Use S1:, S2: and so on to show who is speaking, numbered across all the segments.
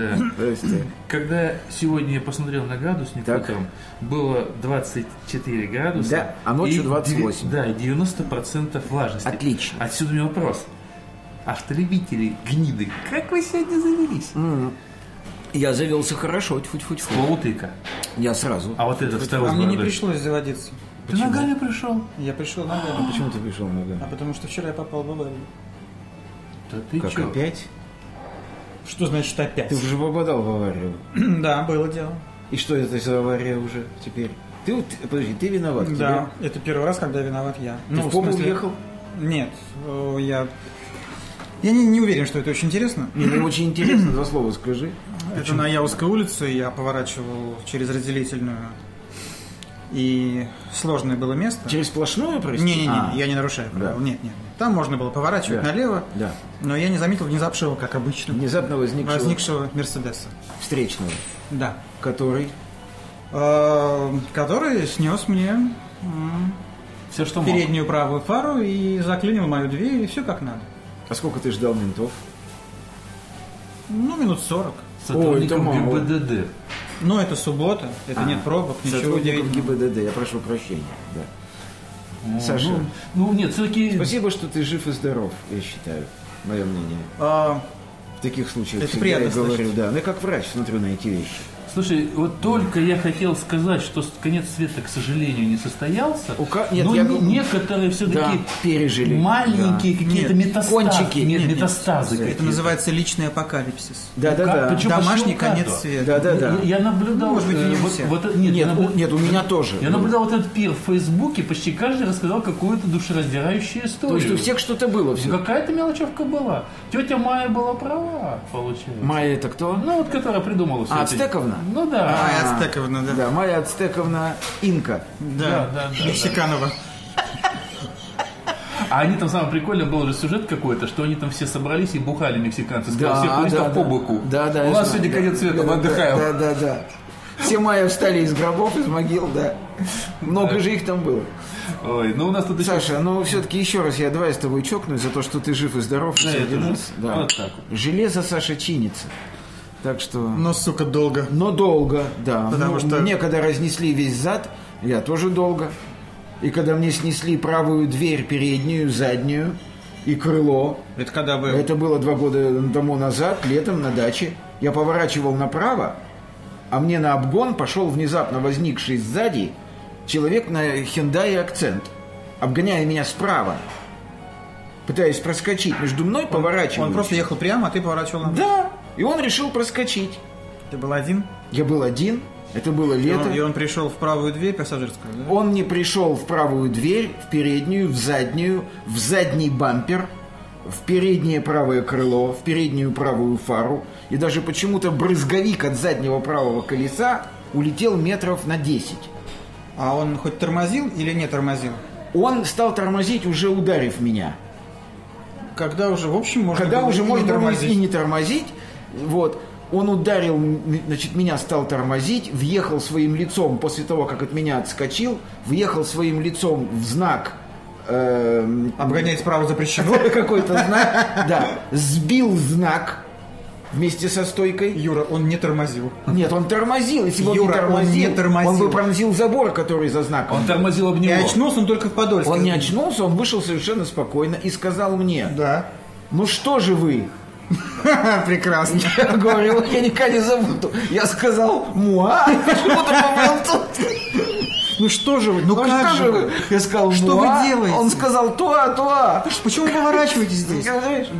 S1: области.
S2: Когда сегодня я посмотрел на градусник
S1: Так.
S2: утром, было 24 градуса.
S1: Да, а ночью
S2: и
S1: 28.
S2: деви- Да, и 90% влажности.
S1: Отлично.
S2: Отсюда у меня вопрос. Автолюбители, гниды, как вы сегодня завелись?
S1: Я завелся хорошо, тьфу тьфу тьфу
S2: Полутыка.
S1: Я сразу.
S2: А вот этот второй
S3: А мне не
S2: бородой.
S3: пришлось заводиться.
S2: Ты ногами пришел?
S3: Я пришел на время.
S1: Почему ты пришел
S3: А
S1: много?
S3: потому что вчера я попал в аварию.
S2: Да ты
S1: Как
S2: чё?
S1: опять?
S3: Что значит опять?
S1: Ты уже попадал в аварию.
S3: Да, было дело.
S1: И что это за авария уже теперь? Ты вот, подожди, ты виноват.
S3: Да, Ну,
S1: Тебе-
S3: это первый раз, когда виноват я.
S1: Ты в кому уехал?
S3: Нет, э, я... Я не, не уверен, что это очень интересно.
S1: Мне ну, очень интересно, два слова скажи.
S3: Это на Яузской улице, я поворачивал через разделительную, и сложное было место.
S1: Через сплошную, прости?
S3: Не-не-не,
S1: А,
S3: я не нарушаю правила.
S1: Да.
S3: Нет, нет, нет. Там можно было поворачивать
S1: Да.
S3: налево,
S1: Да.
S3: но я не заметил внезапшего, как обычно,
S1: Внезапно возникшего
S3: возникшего Мерседеса.
S1: встречного,
S3: Да.
S1: который...
S3: Э, который снес мне м,
S2: Все, что мог.
S3: переднюю правую фару и заклинил мою дверь, и все как надо.
S1: А сколько ты ждал ментов?
S3: Ну, минут 40.
S2: Сотрудником
S1: Ой, это мало.
S2: ГИБДД.
S3: Но это суббота,
S1: А,
S3: это нет пробок, ничего
S1: Сотрудников
S3: удивительного.
S1: ГИБДД, я прошу прощения. Да. Саша.
S2: Ну, ну, нет, все-таки...
S1: Спасибо, что ты жив и здоров, я считаю. Мое мнение.
S3: А,
S1: В таких случаях
S3: Это
S1: всегда
S3: приятно
S1: я говорю,
S3: слышать.
S1: да. Ну, я как врач смотрю на эти вещи.
S2: Слушай, вот только я хотел сказать, что с- конец света, к сожалению, не состоялся.
S1: У ка- нет,
S2: но
S1: я
S2: не-
S1: думаю-
S2: некоторые все-таки
S1: Да, пережили.
S2: маленькие какие-то
S3: Нет,
S2: метастазы.
S1: кончики.
S2: ме-
S1: Нет, нет,
S2: метастазы.
S1: нет.
S3: это называется личный апокалипсис.
S1: Да, да,
S2: Как?
S1: да.
S2: Почему?
S3: Домашний
S2: по щелкаду?
S3: конец света.
S1: Да, да,
S2: Я-
S1: да.
S2: Я наблюдал...
S3: Ну, может быть, и не
S2: э,
S3: у
S2: вот-
S3: всех.
S2: вот это- нет,
S1: Нет,
S2: я
S1: у,
S2: наблю-
S1: нет, у меня тоже.
S2: Я наблюдал вот этот пир в Фейсбуке, почти каждый рассказал какую-то душераздирающую историю.
S1: То есть у всех что-то было.
S2: Ну,
S1: Все.
S2: Какая-то мелочевка была. Тетя Майя была права, получается.
S1: Майя это кто?
S2: Ну, вот которая придумала все
S1: А,
S2: это.
S1: Ацтековна?
S2: Ну да.
S3: А, Ацтековна, да.
S1: Да, Майя Ацтековна Инка.
S2: Да, да, да,
S3: Мексиканова.
S2: А они там самое прикольное был же сюжет какой-то, что они там все собрались и бухали мексиканцы. Сказали,
S1: Да,
S2: всех туристов
S1: да,
S2: по
S1: да.
S2: боку.
S1: Да, да.
S2: У
S1: я
S2: нас
S1: знаю,
S2: сегодня
S1: да.
S2: конец света,
S1: Да,
S2: мы
S1: да,
S2: отдыхаем.
S1: Да, да, да. Все майя встали из гробов, из могил, да. Много же их там было.
S2: Ой, ну у нас тут еще...
S1: Саша, ну все-таки еще раз я давай с тобой чокнусь за то, что ты жив и здоров.
S2: Да,
S1: среди
S2: я тоже.
S1: нас. Да.
S2: Вот так
S1: Железо, Саша, чинится. Так что...
S3: Но, сука, долго.
S1: Но долго, да.
S3: Потому
S1: Ну,
S3: что-
S1: Мне когда разнесли весь зад, я тоже долго. И когда мне снесли правую дверь, переднюю, заднюю и крыло,
S3: Это когда бы...
S1: это было два года тому назад, летом на даче, я поворачивал направо, а мне на обгон пошел внезапно возникший сзади человек на Hyundai акцент, обгоняя меня справа, пытаясь проскочить между мной, поворачивая.
S3: Он просто ехал прямо, а ты поворачивал на...
S1: Да, и он решил проскочить.
S3: Ты был один?
S1: Я был один, это было
S3: И он,
S1: лето.
S3: и он пришел в правую дверь пассажирскую, да?
S1: Он не пришел в правую дверь, в переднюю, в заднюю, в задний бампер, в переднее правое крыло, в переднюю правую фару. И даже почему-то брызговик от заднего правого колеса улетел метров на 10.
S3: А он хоть тормозил или не тормозил?
S1: Он стал тормозить, уже ударив меня.
S3: Когда уже, в общем, можно
S1: Когда
S3: было и
S1: уже
S3: не
S1: можно было
S3: тормозить.
S1: и не тормозить, вот, он ударил, м- значит, меня стал тормозить, въехал своим лицом, после того, как от меня отскочил, въехал своим лицом в знак эм,
S3: Обгонять справа запрещено.
S1: какой-то знак, да, сбил знак вместе со стойкой.
S3: Юра, он не тормозил.
S1: Нет, он тормозил, если бы он не
S3: Юра, он
S1: тормозил,
S3: не тормозил.
S1: он бы пронзил забор, который за знаком.
S2: Он тормозил об
S3: И
S2: него.
S3: очнулся он только в Подольске.
S1: Он не очнулся, он вышел совершенно спокойно и сказал мне,
S3: Да.
S1: ну что же вы?
S3: Прекрасно.
S1: Я говорю, я никогда не забуду. Я сказал, муа, почему-то по-французски.
S3: Ну что же вы, ну
S1: Ну
S3: как
S1: что же вы? Я сказал,
S3: Что
S1: «Муа».
S3: вы делаете?
S1: Он сказал, туа, туа.
S3: Почему вы поворачиваетесь здесь?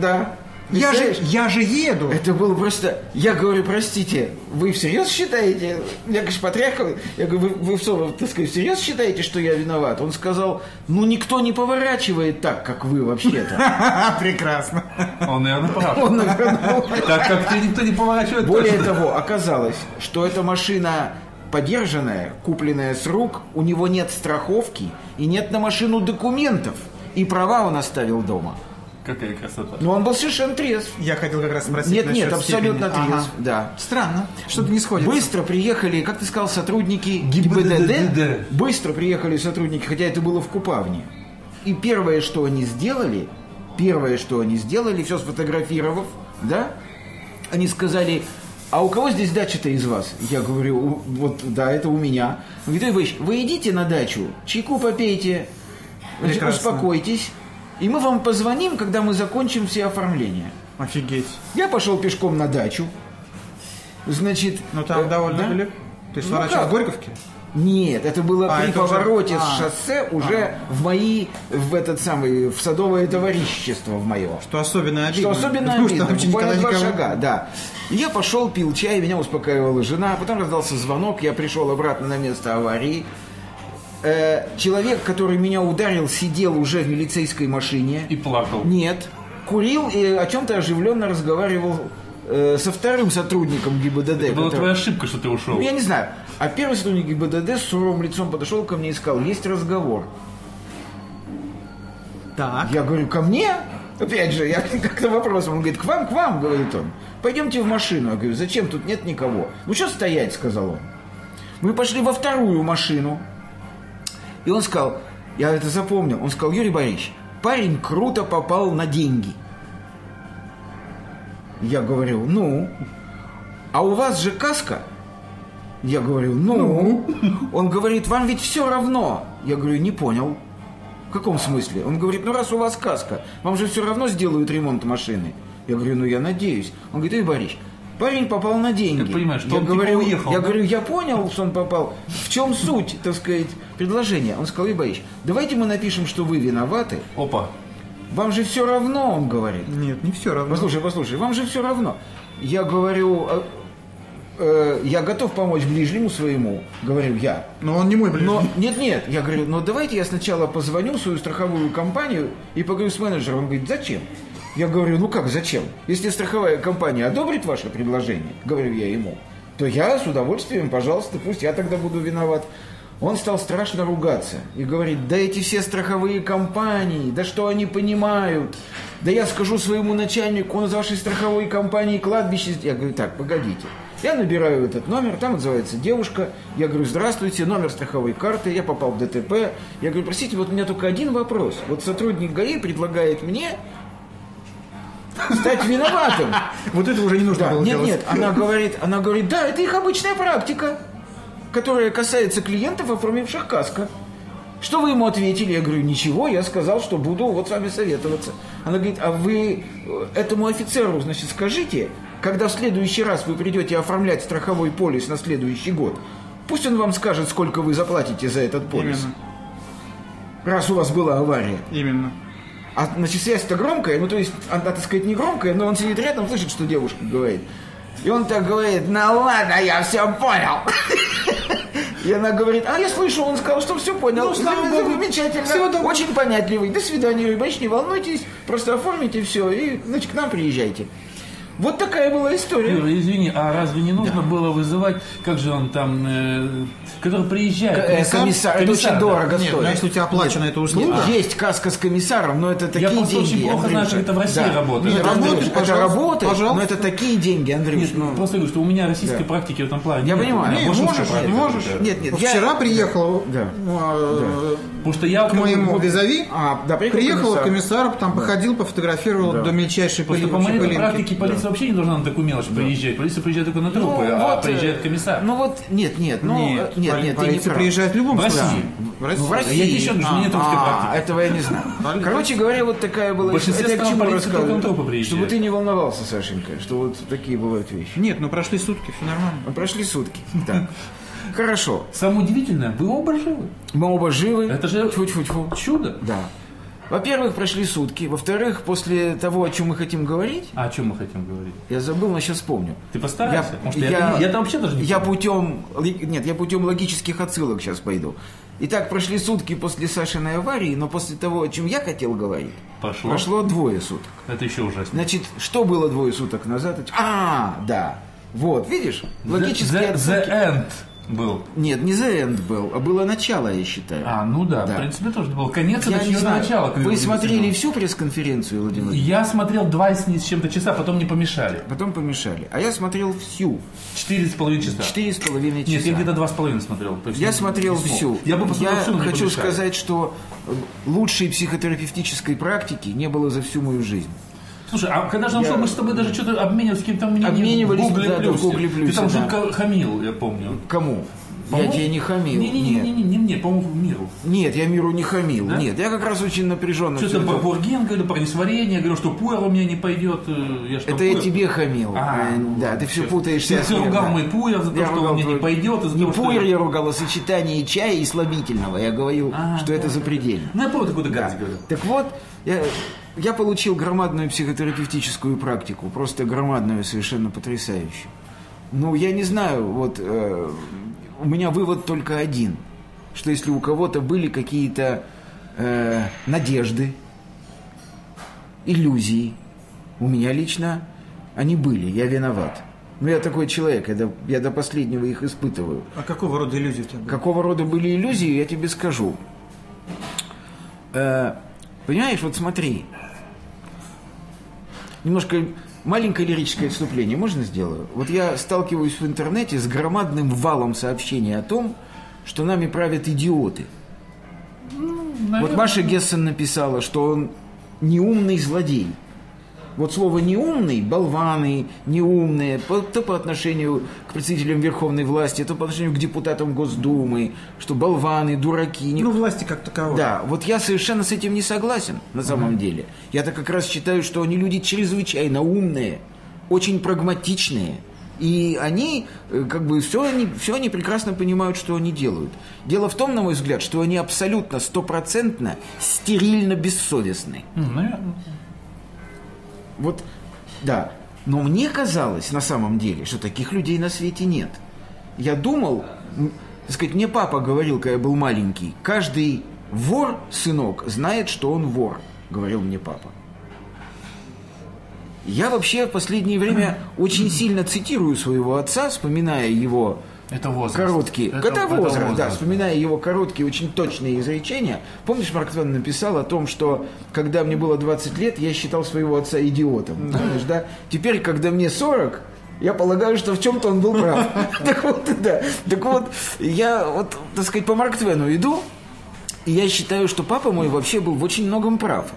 S1: Да.
S3: Я же,
S1: Представляешь?
S3: я же еду.
S1: Это было просто... Я говорю, простите, вы всерьез считаете? Я, конечно, потряхиваю. Я говорю, вы, вы всё, так сказать, всерьез считаете, что я виноват? Он сказал, ну, никто не поворачивает так, как вы вообще-то.
S3: Прекрасно.
S2: Он, наверное, прав. Так как тебе никто не поворачивает.
S1: Более
S2: точно.
S1: того, оказалось, что эта машина подержанная, купленная с рук, у него нет страховки и нет на машину документов. И права он оставил дома.
S2: Какая красота.
S1: Но он был совершенно трезв.
S3: Я хотел как раз спросить
S1: Нет, нет,
S3: насчет
S1: абсолютно
S3: степени.
S1: трезв,
S3: Ага.
S1: да.
S3: Странно, что-то не сходится.
S1: Быстро приехали, как ты сказал, сотрудники
S2: ГИБДД.
S1: ГИБДД. Быстро приехали сотрудники, хотя это было в Купавне. И первое, что они сделали, первое, что они сделали, все сфотографировав, да, они сказали, а у кого здесь дача-то из вас? Я говорю, «У- вот, да, это у меня. Он говорит, «Ой, Иванович, вы идите на дачу, чайку попейте,
S3: Прекрасно.
S1: успокойтесь, и мы вам позвоним, когда мы закончим все оформления.
S3: Офигеть.
S1: Я пошел пешком на дачу. Значит...
S3: Ну
S1: э,
S3: там довольно
S1: да?
S3: далеко. Ты
S1: Ну,
S3: сворачивал
S1: как?
S3: с Горьковки?
S1: Нет, это было
S3: А,
S1: при
S3: это уже-
S1: повороте
S3: а.
S1: с шоссе уже в мои, в этот самый, в садовое товарищество в мое.
S3: Что особенно
S1: Что
S3: обидно.
S1: особенно
S3: потому
S1: обидно,
S3: Что вообще
S1: буквально
S3: никогда
S1: два
S3: никого-
S1: шага, да. И Я пошел, пил чай, меня успокаивала жена, потом раздался звонок, я пришел обратно на место аварии. Э, человек, который меня ударил, сидел уже в милицейской машине.
S2: И плакал.
S1: Нет. Курил и о чем-то оживленно разговаривал э, со вторым сотрудником ГИБДД.
S2: Это была
S1: который-
S2: твоя ошибка, что ты ушел.
S1: ну, я не знаю. А первый сотрудник ГИБДД с суровым лицом подошел ко мне и сказал, есть разговор.
S3: Так.
S1: Я говорю, ко мне? Опять же, я как-то вопросом. Он говорит, к вам, к вам, говорит он. Пойдемте в машину. Я говорю, зачем, тут нет никого. Ну что стоять, сказал он. Мы пошли во вторую машину. И он сказал, я это запомнил, он сказал, Юрий Борисович, парень круто попал на деньги. Я говорю, ну, а у вас же каска? Я говорю, ну. Он говорит, вам ведь все равно. Я говорю, не понял. В каком смысле? Он говорит, ну раз у вас каска, вам же все равно сделают ремонт машины. Я говорю, ну я надеюсь. Он говорит, Эй, Борис, парень попал на деньги.
S2: Ты понимаешь, что
S1: я
S2: он, типа,
S1: говорю,
S2: уехал,
S1: я
S2: да?
S1: говорю, я понял, что он попал. В чем суть, так сказать, предложения? Он сказал, Эй, Борис, давайте мы напишем, что вы виноваты.
S2: Опа.
S1: Вам же все равно, он говорит.
S3: Нет, не все равно.
S1: Послушай, послушай, вам же все равно. Я говорю, э, э, я готов помочь ближнему своему, говорю я.
S3: Но он не мой, блин.
S1: Но нет, нет, я говорю, но давайте я сначала позвоню в свою страховую компанию и поговорю с менеджером. Он говорит, зачем? Я говорю, ну как зачем? Если страховая компания одобрит ваше предложение, говорю я ему, то я с удовольствием, пожалуйста, пусть я тогда буду виноват. Он стал страшно ругаться и говорит, да эти все страховые компании, да что они понимают, да я скажу своему начальнику, он из вашей страховой компании кладбище... сдел-». Я говорю, так, погодите. Я набираю этот номер, там отзывается девушка. Я говорю, здравствуйте, номер страховой карты, я попал в ДТП. Я говорю, простите, вот у меня только один вопрос. Вот сотрудник ГАИ предлагает мне стать виноватым.
S3: Вот это уже не нужно
S1: Да,
S3: было
S1: нет,
S3: делать.
S1: нет, она говорит, она говорит, да, это их обычная практика, которая касается клиентов, оформивших каско. Что вы ему ответили? Я говорю, ничего, я сказал, что буду вот с вами советоваться. Она говорит, а вы э, этому офицеру, значит, скажите, когда в следующий раз вы придете оформлять страховой полис на следующий год, пусть он вам скажет, сколько вы заплатите за этот полис,
S3: Именно.
S1: раз у вас была авария.
S3: Именно.
S1: А значит, связь-то громкая, ну то есть она, так сказать, не громкая, но он сидит рядом, слышит, что девушка говорит. И он так говорит, ну ладно, я все понял. И она говорит, а я слышу, он сказал, что все понял.
S3: Ну, слава
S1: Зам-
S3: богу.
S1: Замечательно.
S3: Всего доброго.
S1: Очень понятливый. До свидания, Юрий Борисович, не волнуйтесь, просто оформите все и, значит, к нам приезжайте. Вот такая была история.
S2: Юра, извини, а разве не нужно было вызывать, как же он там, э, который приезжает?
S1: Э, комиссар, это очень
S2: да.
S1: дорого
S3: Нет, ну,
S1: стоит.
S3: если у тебя оплачена эта
S1: Нет,
S3: услуга,
S1: Ну, Есть каска с комиссаром, но это такие
S2: а. просто очень
S1: деньги.
S2: плохо знаю, как это в России работает.
S1: Нет,
S3: Это
S1: Андрюш,
S3: работает,
S1: это
S3: пожалуйста,
S1: работает, но
S3: пожалуйста.
S1: это такие деньги, Андрюш.
S2: Нет,
S1: ну.
S2: просто говорю, что у меня российской
S1: Да.
S2: практики в этом плане
S1: Я
S2: нет. Ну,
S1: понимаю.
S2: У меня
S1: Не,
S2: больше
S3: можешь,
S2: практика
S3: можешь.
S2: какая-то.
S1: Нет, нет, я-
S3: вчера приехал
S1: Да.
S3: э,
S2: Потому что я
S3: к моему
S2: вот-
S3: визави,
S1: А, да, приехал
S3: приехал
S1: комиссар.
S3: комиссар, там походил, пофотографировал до мельчайшей
S2: Просто
S3: пыли-
S2: по моей
S3: пылинки.
S2: практике полиция вообще не должна на такую мелочь приезжать. Полиция приезжает только на
S1: Ну,
S2: трупы, а
S1: вот, э,
S2: приезжает комиссар.
S1: Ну вот, нет, нет, ну, э,
S3: Нет,
S1: нет,
S3: поли-
S1: нет, ты не
S3: полиция
S1: прав.
S3: приезжает в любом
S2: В
S3: случае.
S2: России.
S1: Ну, в России.
S2: Я еще говорю, что у меня нет русской
S1: а,
S2: практики.
S1: этого я не знаю. Короче говоря, вот такая была...
S2: В большинстве
S1: история.
S2: стран полиция
S1: рассказываю?
S2: только на трупы приезжает.
S1: Чтобы ты не волновался, Сашенька, что вот такие бывают вещи.
S3: Нет, ну прошли сутки, все нормально.
S1: Мы Прошли сутки. Так. Хорошо.
S2: Самое удивительное, вы оба живы.
S1: Мы оба живы.
S2: Это же
S1: Тьфу-тьфу-тьфу.
S2: чудо.
S1: Да. Во-первых, прошли сутки. Во-вторых, после того, о чем мы хотим говорить,
S2: А о чем мы хотим говорить?
S1: я забыл, но сейчас вспомню.
S2: Ты постарайся. Потому что я, я, там вообще даже не
S1: я
S2: помню.
S1: путем, нет, я путем логических отсылок сейчас пойду. Итак, прошли сутки после Сашиной аварии, но после того, о чем я хотел говорить,
S2: Пошло.
S1: прошло двое суток.
S2: Это еще ужаснее.
S1: Значит, что было двое суток назад? А, да. Вот, видишь? Логические
S2: the, the,
S1: отсылки.
S2: the end был.
S1: Нет, не The End был, а было начало, я считаю.
S2: А, ну да,
S1: Да.
S2: в принципе, тоже было. Конец
S1: я
S2: это
S1: не
S2: чьё
S1: знаю.
S2: начало. как
S1: Вы
S2: говорится,
S1: смотрели
S2: было.
S1: всю пресс-конференцию, Владимир? Владимирович?
S2: Я смотрел два с ни- с чем-то часа, потом не помешали.
S1: Потом помешали. А я смотрел всю.
S2: Четыре с половиной часа.
S1: Четыре с половиной часа.
S2: Нет, я где-то два с половиной смотрел. То есть
S1: Я
S2: не-
S1: смотрел
S2: не смог.
S1: всю.
S2: Я бы посмотрел
S1: Я
S2: всю, но не
S1: хочу
S2: помешали.
S1: сказать, что э, лучшей психотерапевтической практики не было за всю мою жизнь.
S2: Слушай, а когда же он
S1: Я-
S2: шел, мы с тобой даже что-то обменивались каким-то мнением.
S1: Обменивались,
S2: в Гугле
S1: да, да, в
S2: плюсе.
S1: Гугле плюсе,
S2: Ты там
S1: да.
S2: жутко хамил, я помню.
S1: Кому? Я
S2: По-моему-
S1: тебе не хамил. нет.
S2: Не-не-не, не мне, по-моему, миру.
S1: Нет, я миру не хамил.
S2: Да?
S1: Нет, я как раз очень напряженно.
S2: Что-то
S1: всё
S2: про
S1: это-
S2: Бурген говорил, про несварение, говорил, что пуэр у меня не пойдет. э, Я ж там
S1: Это я
S2: пуэр-
S1: тебе хамил.
S2: А,
S1: Э,
S2: ну,
S1: да, ты все
S2: чё-
S1: путаешься.
S2: Ты все
S1: смертно.
S2: ругал мой пуэр за то,
S1: Я
S2: что
S1: ругал
S2: он мне не
S1: твой-
S2: пойдет. из-за
S1: Не
S2: того, что
S1: пуэр
S2: я-
S1: я ругал, а сочетание чая и слабительного. Я говорил,
S2: А,
S1: что это
S2: да,
S1: запредельно.
S2: Ну, я помню, такую
S1: Да.
S2: гадость говорил.
S1: Так вот, я, я получил громадную психотерапевтическую практику, просто громадную, совершенно потрясающую. Ну, я не знаю, вот э, у меня вывод только один, что если у кого-то были какие-то э, надежды, иллюзии, у меня лично они были, я виноват. Но я такой человек, я до- я до последнего их испытываю.
S3: А какого рода иллюзии у тебя были?
S1: Какого рода были иллюзии, я тебе скажу. Э, понимаешь, вот смотри. Немножко маленькое лирическое отступление можно сделаю? Вот я сталкиваюсь в интернете с громадным валом сообщений о том, что нами правят идиоты. Вот
S2: Наверное,
S1: Маша Гессен написала, что он неумный злодей. Вот слово «неумный» – болваны, неумные, по- то по отношению к представителям верховной власти, то по отношению к депутатам Госдумы, что болваны, дураки. не-
S3: Ну, власти как таковой.
S1: да, вот я совершенно с этим не согласен на самом деле. Я-то как раз считаю, что они люди чрезвычайно умные, очень прагматичные. И они, э, как бы, все они, все они прекрасно понимают, что они делают. Дело в том, на мой взгляд, что они абсолютно, стопроцентно, стерильно бессовестны.
S2: М, наверное.
S1: Вот, да. Но мне казалось на самом деле, что таких людей на свете нет. Я думал, м, так сказать, мне папа говорил, когда я был маленький, каждый вор, сынок, знает, что он вор, говорил мне папа. Я вообще в последнее время очень сильно цитирую своего отца, вспоминая его
S2: Это возраст.
S1: короткие.
S2: Это-
S1: Это, возраст, да.
S2: возраст.
S1: Вспоминая его короткие, очень точные изречения. Помнишь, Марк Твен написал о том, что когда мне было 20 лет, я считал своего отца идиотом. Помнишь, да? Теперь, когда мне 40, я полагаю, что в чем-то он был прав. Так вот, да. Так вот, я вот, так сказать, по Марк Твену иду, и я считаю, что папа мой вообще был в очень многом прав.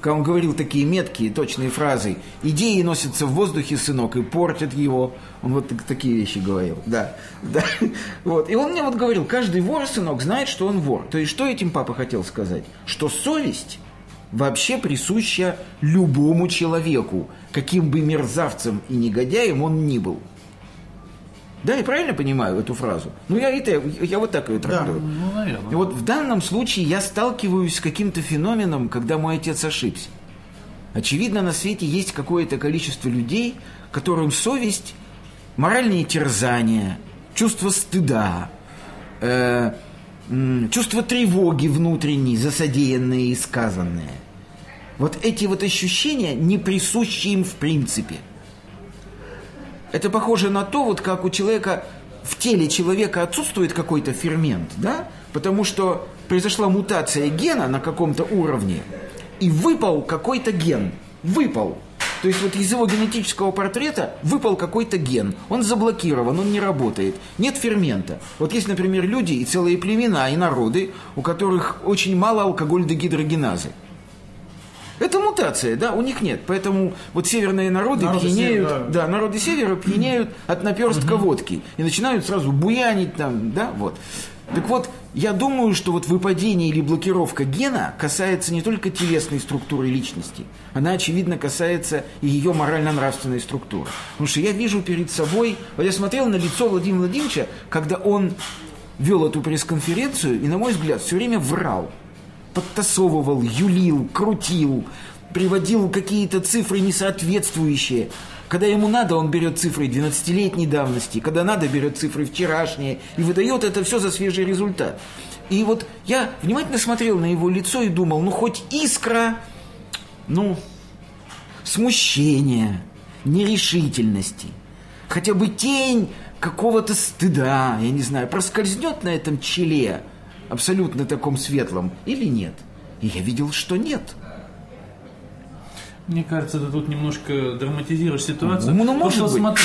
S1: Когда он говорил такие меткие, точные фразы, идеи носятся в воздухе, сынок, и портят его. Он вот так- такие вещи говорил, да. да. Вот. И он мне вот говорил, каждый вор, сынок, знает, что он вор. То есть что этим папа хотел сказать? Что совесть вообще присуща любому человеку, каким бы мерзавцем и негодяем он ни был. Да, я правильно понимаю эту фразу? Ну, я, это, я вот так ее трактую.
S2: Ну,
S1: И
S2: наверное.
S1: вот в данном случае я сталкиваюсь с каким-то феноменом, когда мой отец ошибся. Очевидно, на свете есть какое-то количество людей, которым совесть, моральные терзания, чувство стыда, э, м, чувство тревоги внутренней, засадеянное и сказанное. Вот эти вот ощущения не присущи им в принципе. Это похоже на то, вот как у человека в теле человека отсутствует какой-то фермент, да? Потому что произошла мутация гена на каком-то уровне, и выпал какой-то ген. Выпал. То есть вот из его генетического портрета выпал какой-то ген. Он заблокирован, он не работает. Нет фермента. Вот есть, например, люди и целые племена, и народы, у которых очень мало алкоголь-дегидрогеназы. Это мутация, да, у них нет. Поэтому вот северные народы,
S3: Народы
S1: пьянеют,
S3: севера,
S1: да, народы севера пьянеют от наперстка водки и начинают сразу буянить там, да, вот. Так вот, я думаю, что вот выпадение или блокировка гена касается не только телесной структуры личности, она, очевидно, касается и ее морально-нравственной структуры. Потому что я вижу перед собой, вот я смотрел на лицо Владимира Владимировича, когда он вел эту пресс-конференцию и, на мой взгляд, все время врал подтасовывал, юлил, крутил, приводил какие-то цифры несоответствующие. Когда ему надо, он берет цифры 12-летней давности, когда надо, берет цифры вчерашние и выдает это все за свежий результат. И вот я внимательно смотрел на его лицо и думал, ну хоть искра, ну, смущения, нерешительности, хотя бы тень какого-то стыда, я не знаю, проскользнет на этом челе, абсолютно таком светлом, или нет. И я видел, что нет.
S2: Мне кажется, ты тут немножко драматизируешь ситуацию.
S1: Ну, ну,
S2: Потому что,
S1: может быть.
S2: смотри,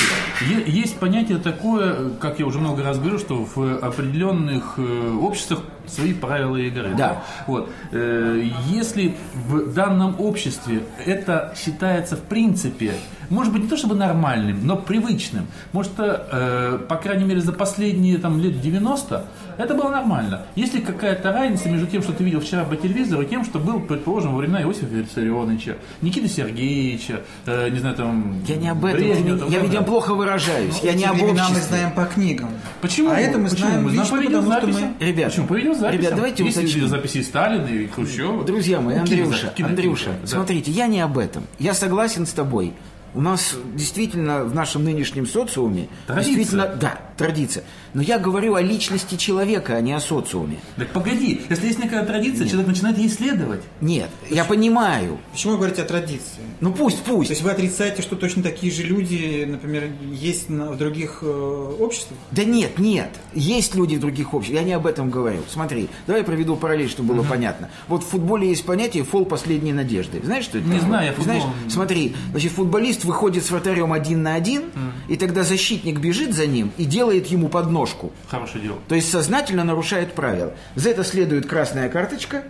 S2: е- есть понятие такое, как я уже много раз говорил, что в определенных э, обществах свои правила игры.
S1: Да.
S2: Вот. Э, Если в данном обществе это считается в принципе, может быть, не то чтобы нормальным, но привычным, может, э, по крайней мере, за последние там, лет 90 это было нормально. Если какая-то разница между тем, что ты видел вчера по телевизору, и тем, что был, предположим, во времена Иосифа Виссарионовича, Никиты Сергеевича, э, не знаю, там...
S1: Я не об этом,
S2: Брежнева, там,
S1: я,
S2: да,
S1: видимо,
S2: да. Ну,
S1: плохо выражаюсь. я
S3: Эти
S1: не об
S3: времена мы
S1: обществе.
S3: знаем по книгам.
S2: Почему?
S3: А это мы
S2: Почему?
S3: знаем лично,
S2: по
S3: потому что
S2: видеозаписям.
S3: мы-
S1: Ребят,
S2: Почему? По видеозаписям.
S1: ребят, давайте
S2: Есть
S1: уточним.
S2: видеозаписи и Сталина, и Хрущева.
S1: Друзья мои,
S2: Ну, кино-
S1: Андрюша,
S2: кино-
S1: Андрюша,
S2: да.
S1: смотрите, я не об этом. Я согласен с тобой. У нас действительно в нашем нынешнем социуме
S2: Традиция.
S1: действительно да традиция. Но я говорю о личности человека, а не о социуме.
S2: Так погоди, если есть некая традиция, человек начинает ей следовать.
S1: Нет, я понимаю.
S3: Почему вы говорите о традиции?
S1: Ну пусть,
S3: То есть
S1: пусть.
S3: вы отрицаете, что точно такие же люди, например, есть на- в других э, обществах?
S1: Да нет, нет. Есть люди в других обществах. Я не об этом говорю. Смотри, давай я проведу параллель, чтобы было понятно. Вот в футболе есть понятие фол последней надежды. Знаешь, что это?
S2: Не
S1: такое?
S2: знаю, я футбол-
S1: Знаешь, Смотри, значит, футболист выходит с вратарем один на один, и тогда защитник бежит за ним и делает ему подножку.
S2: Хорошее дело.
S1: То есть сознательно нарушает правила. За это следует красная карточка,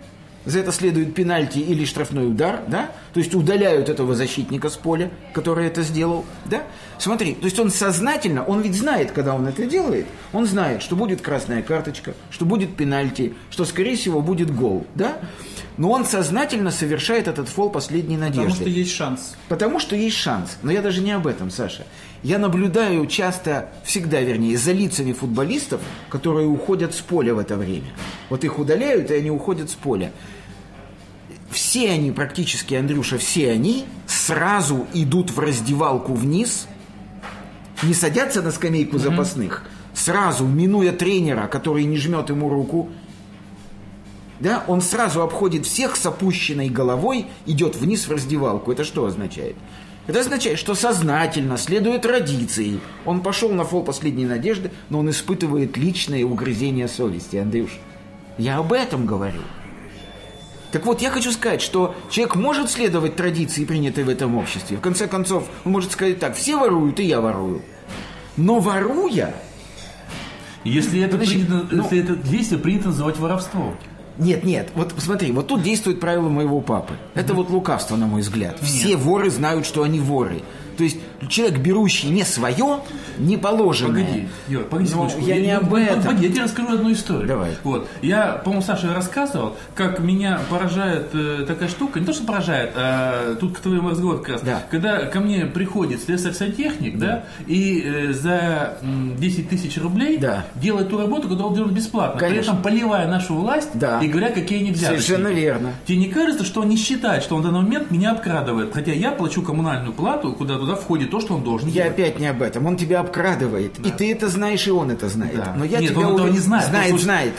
S1: за это следует пенальти или штрафной удар, да? То есть удаляют этого защитника с поля, который это сделал, да? Смотри, то есть он сознательно, он ведь знает, когда он это делает, он знает, что будет красная карточка, что будет пенальти, что, скорее всего, будет гол, да? Но он сознательно совершает этот фол последней надежды.
S3: Потому что есть шанс.
S1: Потому что есть шанс. Но я даже не об этом, Саша. Я наблюдаю часто, всегда вернее, за лицами футболистов, которые уходят с поля в это время. Вот их удаляют, и они уходят с поля. Все они, практически, Андрюша, все они сразу идут в раздевалку вниз, не садятся на скамейку запасных, сразу, минуя тренера, который не жмет ему руку, да, он сразу обходит всех с опущенной головой, идет вниз в раздевалку. Это что означает? Это означает, что сознательно, следуя традиции, он пошел на фол последней надежды, но он испытывает личное угрызение совести, Андрюш. Я об этом говорю. Так вот, я хочу сказать, что человек может следовать традиции, принятой в этом обществе. В конце концов, он может сказать так, все воруют, и я ворую. Но воруя,
S2: Если это,
S1: Подожди,
S2: принято,
S1: ну-
S2: если это действие принято называть воровством.
S1: Нет, нет, вот смотри, вот тут действует правило моего папы. Это вот лукавство, на мой взгляд. Все воры знают, что они воры. То есть человек, берущий не свое, не положенное.
S2: Погоди, Юр, погоди
S1: Ну,
S2: секундочку.
S1: я не об этом.
S2: Погоди, я тебе расскажу одну историю.
S1: Давай.
S2: Вот. Я, по-моему, Саша рассказывал, как меня поражает э, такая штука. Не то, что поражает, а тут к твоему разговору как раз.
S1: Да.
S2: Когда ко мне приходит слесарь-сантехник, да, и э, за м, 10 тысяч рублей
S1: Да.
S2: делает ту работу, которую он делает бесплатно.
S1: Конечно.
S2: При этом поливая нашу власть
S1: Да.
S2: и говоря, какие они взяточники.
S1: Совершенно верно.
S2: Тебе не кажется, что он не считает, что он в данный момент меня обкрадывает? Хотя я плачу коммунальную плату, куда туда входит то, что он должен
S1: Я
S2: делать.
S1: опять не об этом. Он тебя обкрадывает. И ты это знаешь, и он это знает.
S2: Да.
S1: Но я
S2: Нет,
S1: тебя
S2: он этого
S1: уверен-
S2: не знает.
S1: Знает,
S2: Слушай,
S1: знает.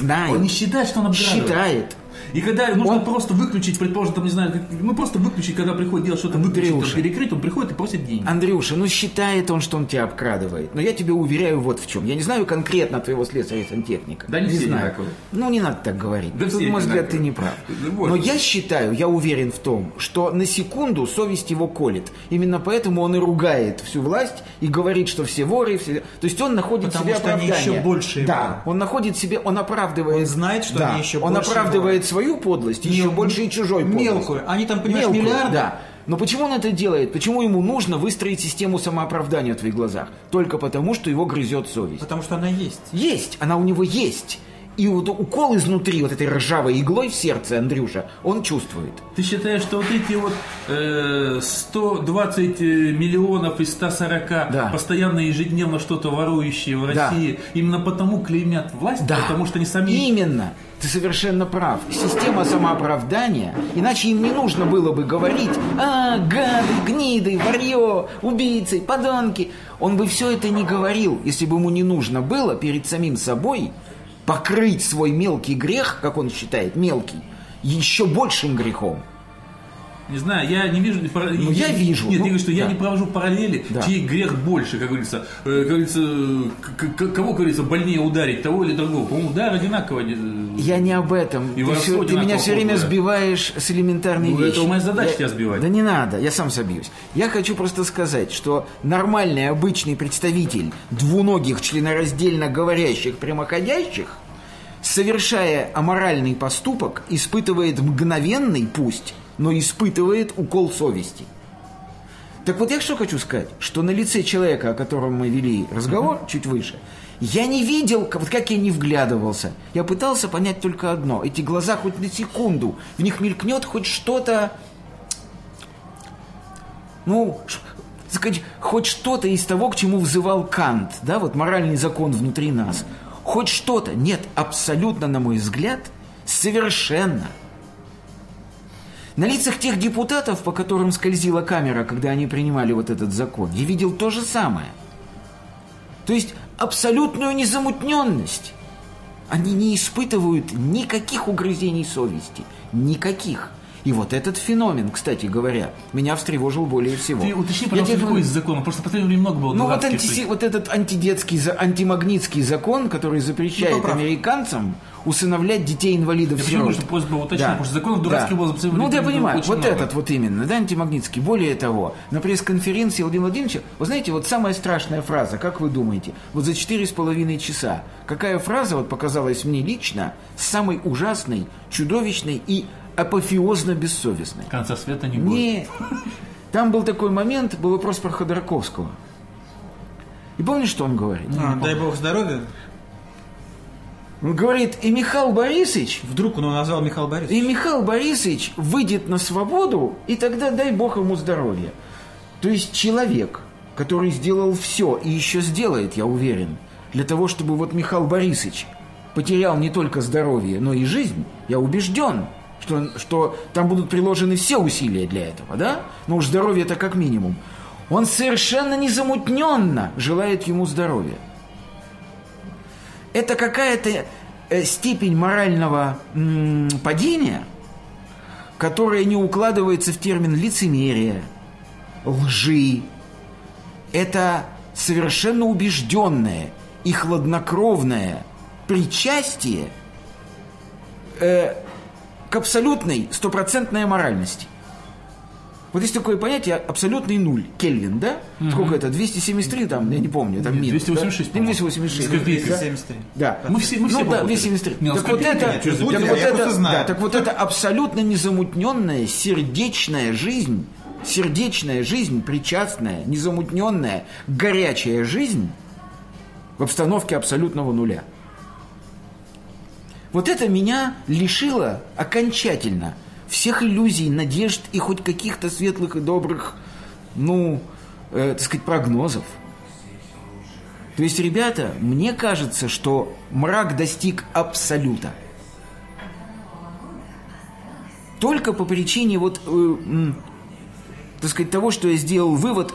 S1: Знает.
S2: Он не считает, что он обкрадывает.
S1: считает.
S2: И когда нужно просто выключить, предположим, там, не знаю, как- ну просто выключить, когда приходит делать что-то, выключить, там,
S1: Андрюша.
S2: перекрыть, он приходит и просит деньги. А
S1: Андрюша, ну считает он, что он тебя обкрадывает. Но я тебе уверяю вот в чем. Я не знаю конкретно твоего слесаря и сантехника.
S2: Да не все
S1: знаю.
S2: одинаковые.
S1: Ну не надо так говорить.
S2: Да
S1: Тут,
S2: все
S1: на мой взгляд, ты
S2: одинаковые.
S1: не прав.
S2: Ну, вот.
S1: Но я считаю, я уверен в том, что на секунду совесть его колет. Именно поэтому он и ругает всю власть и говорит, что все воры, все... То есть он находит
S3: Потому
S1: себе
S3: что они
S1: оправдание.
S3: еще большие
S1: Да, он находит себе, он оправдывает...
S3: Он знает, что
S1: Да.
S3: они еще
S1: Он
S3: больше
S1: оправдывает свою подлость, еще
S3: Мел-
S1: больше и чужой
S3: Мелкую.
S1: подлость.
S3: Они там, понимаешь,
S1: Мелкую,
S3: миллиарды.
S1: Да. Но почему он это делает? Почему ему нужно выстроить систему самооправдания в твоих глазах? Только потому, что его грызет совесть.
S3: Потому что она есть.
S1: Есть, она у него есть. И вот укол изнутри вот этой ржавой иглой в сердце Андрюша, он чувствует.
S2: Ты считаешь, что вот эти вот э, 120 миллионов из 140
S1: Да.
S2: постоянно ежедневно что-то ворующие в
S1: Да.
S2: России, именно потому клеймят власть,
S1: Да.
S2: потому что они сами...
S1: Именно. Ты совершенно прав. Система самооправдания, иначе им не нужно было бы говорить, а, гады, гниды, варье, убийцы, подонки. Он бы все это не говорил, если бы ему не нужно было перед самим собой покрыть свой мелкий грех, как он считает, мелкий, еще большим грехом.
S2: Не знаю, я не вижу... пар-
S1: Ну, я вижу.
S2: Нет,
S1: Ну,
S2: я говорю, что я
S1: да.
S2: не провожу параллели,
S1: Да.
S2: чей грех больше, как говорится. Э, как говорится, э, к- к- кого, как говорится, больнее ударить, того или другого. По-моему, удар одинаково. э,
S1: Я не об этом.
S2: И
S1: ты,
S2: воровство
S1: всё- ты меня
S2: одинаково
S1: все время
S2: плохое.
S1: сбиваешь с элементарной
S2: Ну, это
S1: вещи.
S2: моя задача
S1: Я-
S2: тебя сбивать.
S1: Да не надо, я сам собьюсь. Я хочу просто сказать, что нормальный обычный представитель двуногих членораздельно говорящих прямоходящих совершая аморальный поступок, испытывает мгновенный, пусть, но испытывает укол совести. Так вот я что хочу сказать, что на лице человека, о котором мы вели разговор чуть выше, я не видел, к- вот как я не вглядывался. Я пытался понять только одно. Эти глаза хоть на секунду, в них мелькнет хоть что-то, ну, ш- так сказать, хоть что-то из того, к чему взывал Кант, да, вот моральный закон внутри нас. Хоть что-то. Нет, абсолютно, на мой взгляд, совершенно. На лицах тех депутатов, по которым скользила камера, когда они принимали вот этот закон, я видел то же самое. То есть абсолютную незамутненность. Они не испытывают никаких угрызений совести. Никаких. И вот этот феномен, кстати говоря, меня встревожил более всего.
S2: Ты уточни,
S1: Я
S2: пожалуйста,
S1: тебе
S2: какой
S1: говорю,
S2: из законов? Просто в последнее время много было
S1: ну вот,
S2: дурацких,
S1: анти-
S2: что-
S1: вот этот антидетский, за- антимагнитский закон, который запрещает
S3: Ну, поправь.
S1: американцам усыновлять детей инвалидов
S2: Я понимаю, что просьба уточнить, потому что законов дурацких было абсолютно
S1: Ну, да, я
S2: очень
S1: понимаю, вот
S2: много.
S1: этот вот именно, да, антимагнитский. Более того, на пресс-конференции Владимира Владимировича, вы знаете, вот самая страшная фраза, как вы думаете, вот за четыре с половиной часа, какая фраза вот показалась мне лично самой ужасной, чудовищной и апофеозно бессовестной?
S2: Конца света не будет.
S1: Не. Там был такой момент, был вопрос про Ходорковского. И помнишь, что он говорит?
S3: А, дай бог здоровья.
S1: Он говорит, и Михаил Борисович,
S3: Вдруг он его назвал Михаил Борисович.
S1: и Михаил Борисович выйдет на свободу, и тогда дай бог ему здоровья. То есть человек, который сделал все и еще сделает, я уверен, для того, чтобы вот Михаил Борисович потерял не только здоровье, но и жизнь, я убежден, что, что там будут приложены все усилия для этого, да? Но уж здоровье это как минимум. Он совершенно незамутненно желает ему здоровья. Это какая-то э, степень морального м, падения, которая не укладывается в термин лицемерия, лжи. Это совершенно убежденное и хладнокровное причастие э, к абсолютной стопроцентной моральности. Вот есть такое понятие абсолютный нуль, Кельвин, да? Сколько это? 273 там, я не помню, там минус.
S2: 286,
S1: да?
S2: по-моему.
S1: 286.
S2: Сколько
S1: да?
S3: 273.
S1: Да.
S2: Мы все- мы все
S1: ну, да,
S2: попутали.
S1: 273.
S2: Не,
S1: так вот
S2: оскорбительно,
S1: это,
S2: я чё,
S1: так
S3: запутал,
S1: вот
S3: я
S1: это,
S3: просто знаю.
S1: да, так вот это абсолютно незамутненная сердечная жизнь, сердечная жизнь, причастная, незамутненная, горячая жизнь в обстановке абсолютного нуля. Вот это меня лишило окончательно всех иллюзий, надежд и хоть каких-то светлых и добрых, ну, э, так сказать, прогнозов. То есть, ребята, мне кажется, что мрак достиг абсолюта. Только по причине вот, э, м, так сказать, того, что я сделал вывод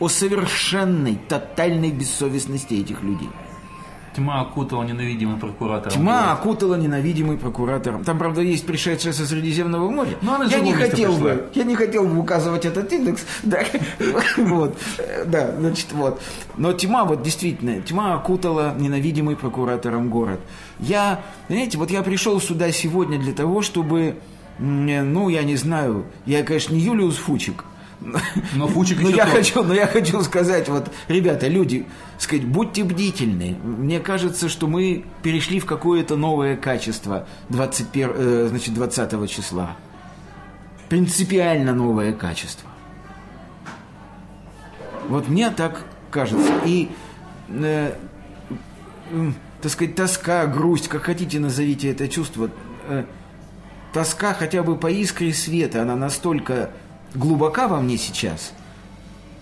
S1: о совершенной, тотальной бессовестности этих людей.
S2: Тьма окутала ненавидимым прокуратором.
S1: Тьма окутала ненавидимый прокуратором. Там, правда, есть пришедшая со Средиземного моря.
S2: Ну, она с
S1: я не
S2: другого места
S1: хотел
S2: пришла.
S1: бы, я не хотел бы указывать этот индекс. Да, вот, Э, да, значит, вот. Но тьма, вот действительно, тьма окутала ненавидимый прокуратором город. Я, знаете, вот я пришел сюда сегодня для того, чтобы, м, ну, я не знаю, я, конечно, не Юлиус Фучик,
S2: Но Фучик еще
S1: но Ну, я
S2: тот.
S1: хочу, но я хочу сказать, вот, ребята, люди, сказать, будьте бдительны. Мне кажется, что мы перешли в какое-то новое качество 21, э, значит, 20 числа. Принципиально новое качество. Вот мне так кажется. И, э, м, так сказать, тоска, грусть, как хотите назовите это чувство, э, тоска хотя бы по искре света, она настолько глубока во мне сейчас,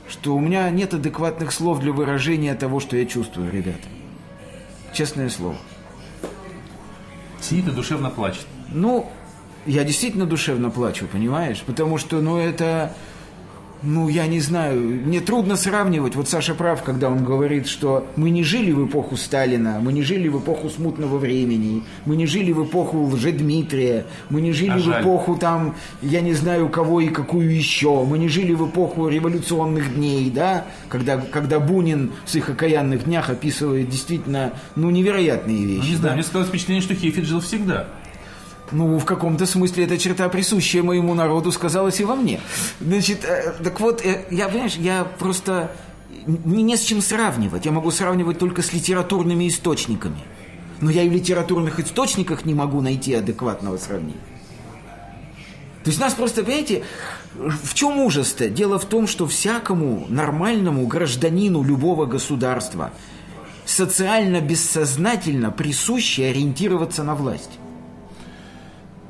S1: что у меня нет адекватных слов для выражения того, что я чувствую, ребята. Честное слово.
S2: Сидит и душевно плачет.
S1: Ну, я действительно душевно плачу, понимаешь? Потому что, ну, это... Ну, я не знаю, мне трудно сравнивать. Вот Саша прав, когда он говорит, что мы не жили в эпоху Сталина, мы не жили в эпоху смутного времени, мы не жили в эпоху лжедмитрия, мы не жили
S2: А
S1: в
S2: жаль.
S1: эпоху там, я не знаю, кого и какую еще, мы не жили в эпоху революционных дней, да, когда, когда Бунин в своих окаянных днях описывает действительно, ну, невероятные
S2: Ну,
S1: вещи.
S2: не
S1: да.
S2: знаю, мне сказалось впечатление, что Хейфит жил всегда.
S1: Ну, в каком-то смысле эта черта, присущая моему народу, сказалась и во мне. Значит, э, так вот, э, я, понимаешь, я просто... Мне не с чем сравнивать. Я могу сравнивать только с литературными источниками. но я и в литературных источниках не могу найти адекватного сравнения. То есть нас просто, понимаете, в чем ужас-то? Дело в том, что всякому нормальному гражданину любого государства социально бессознательно присуще ориентироваться на власть.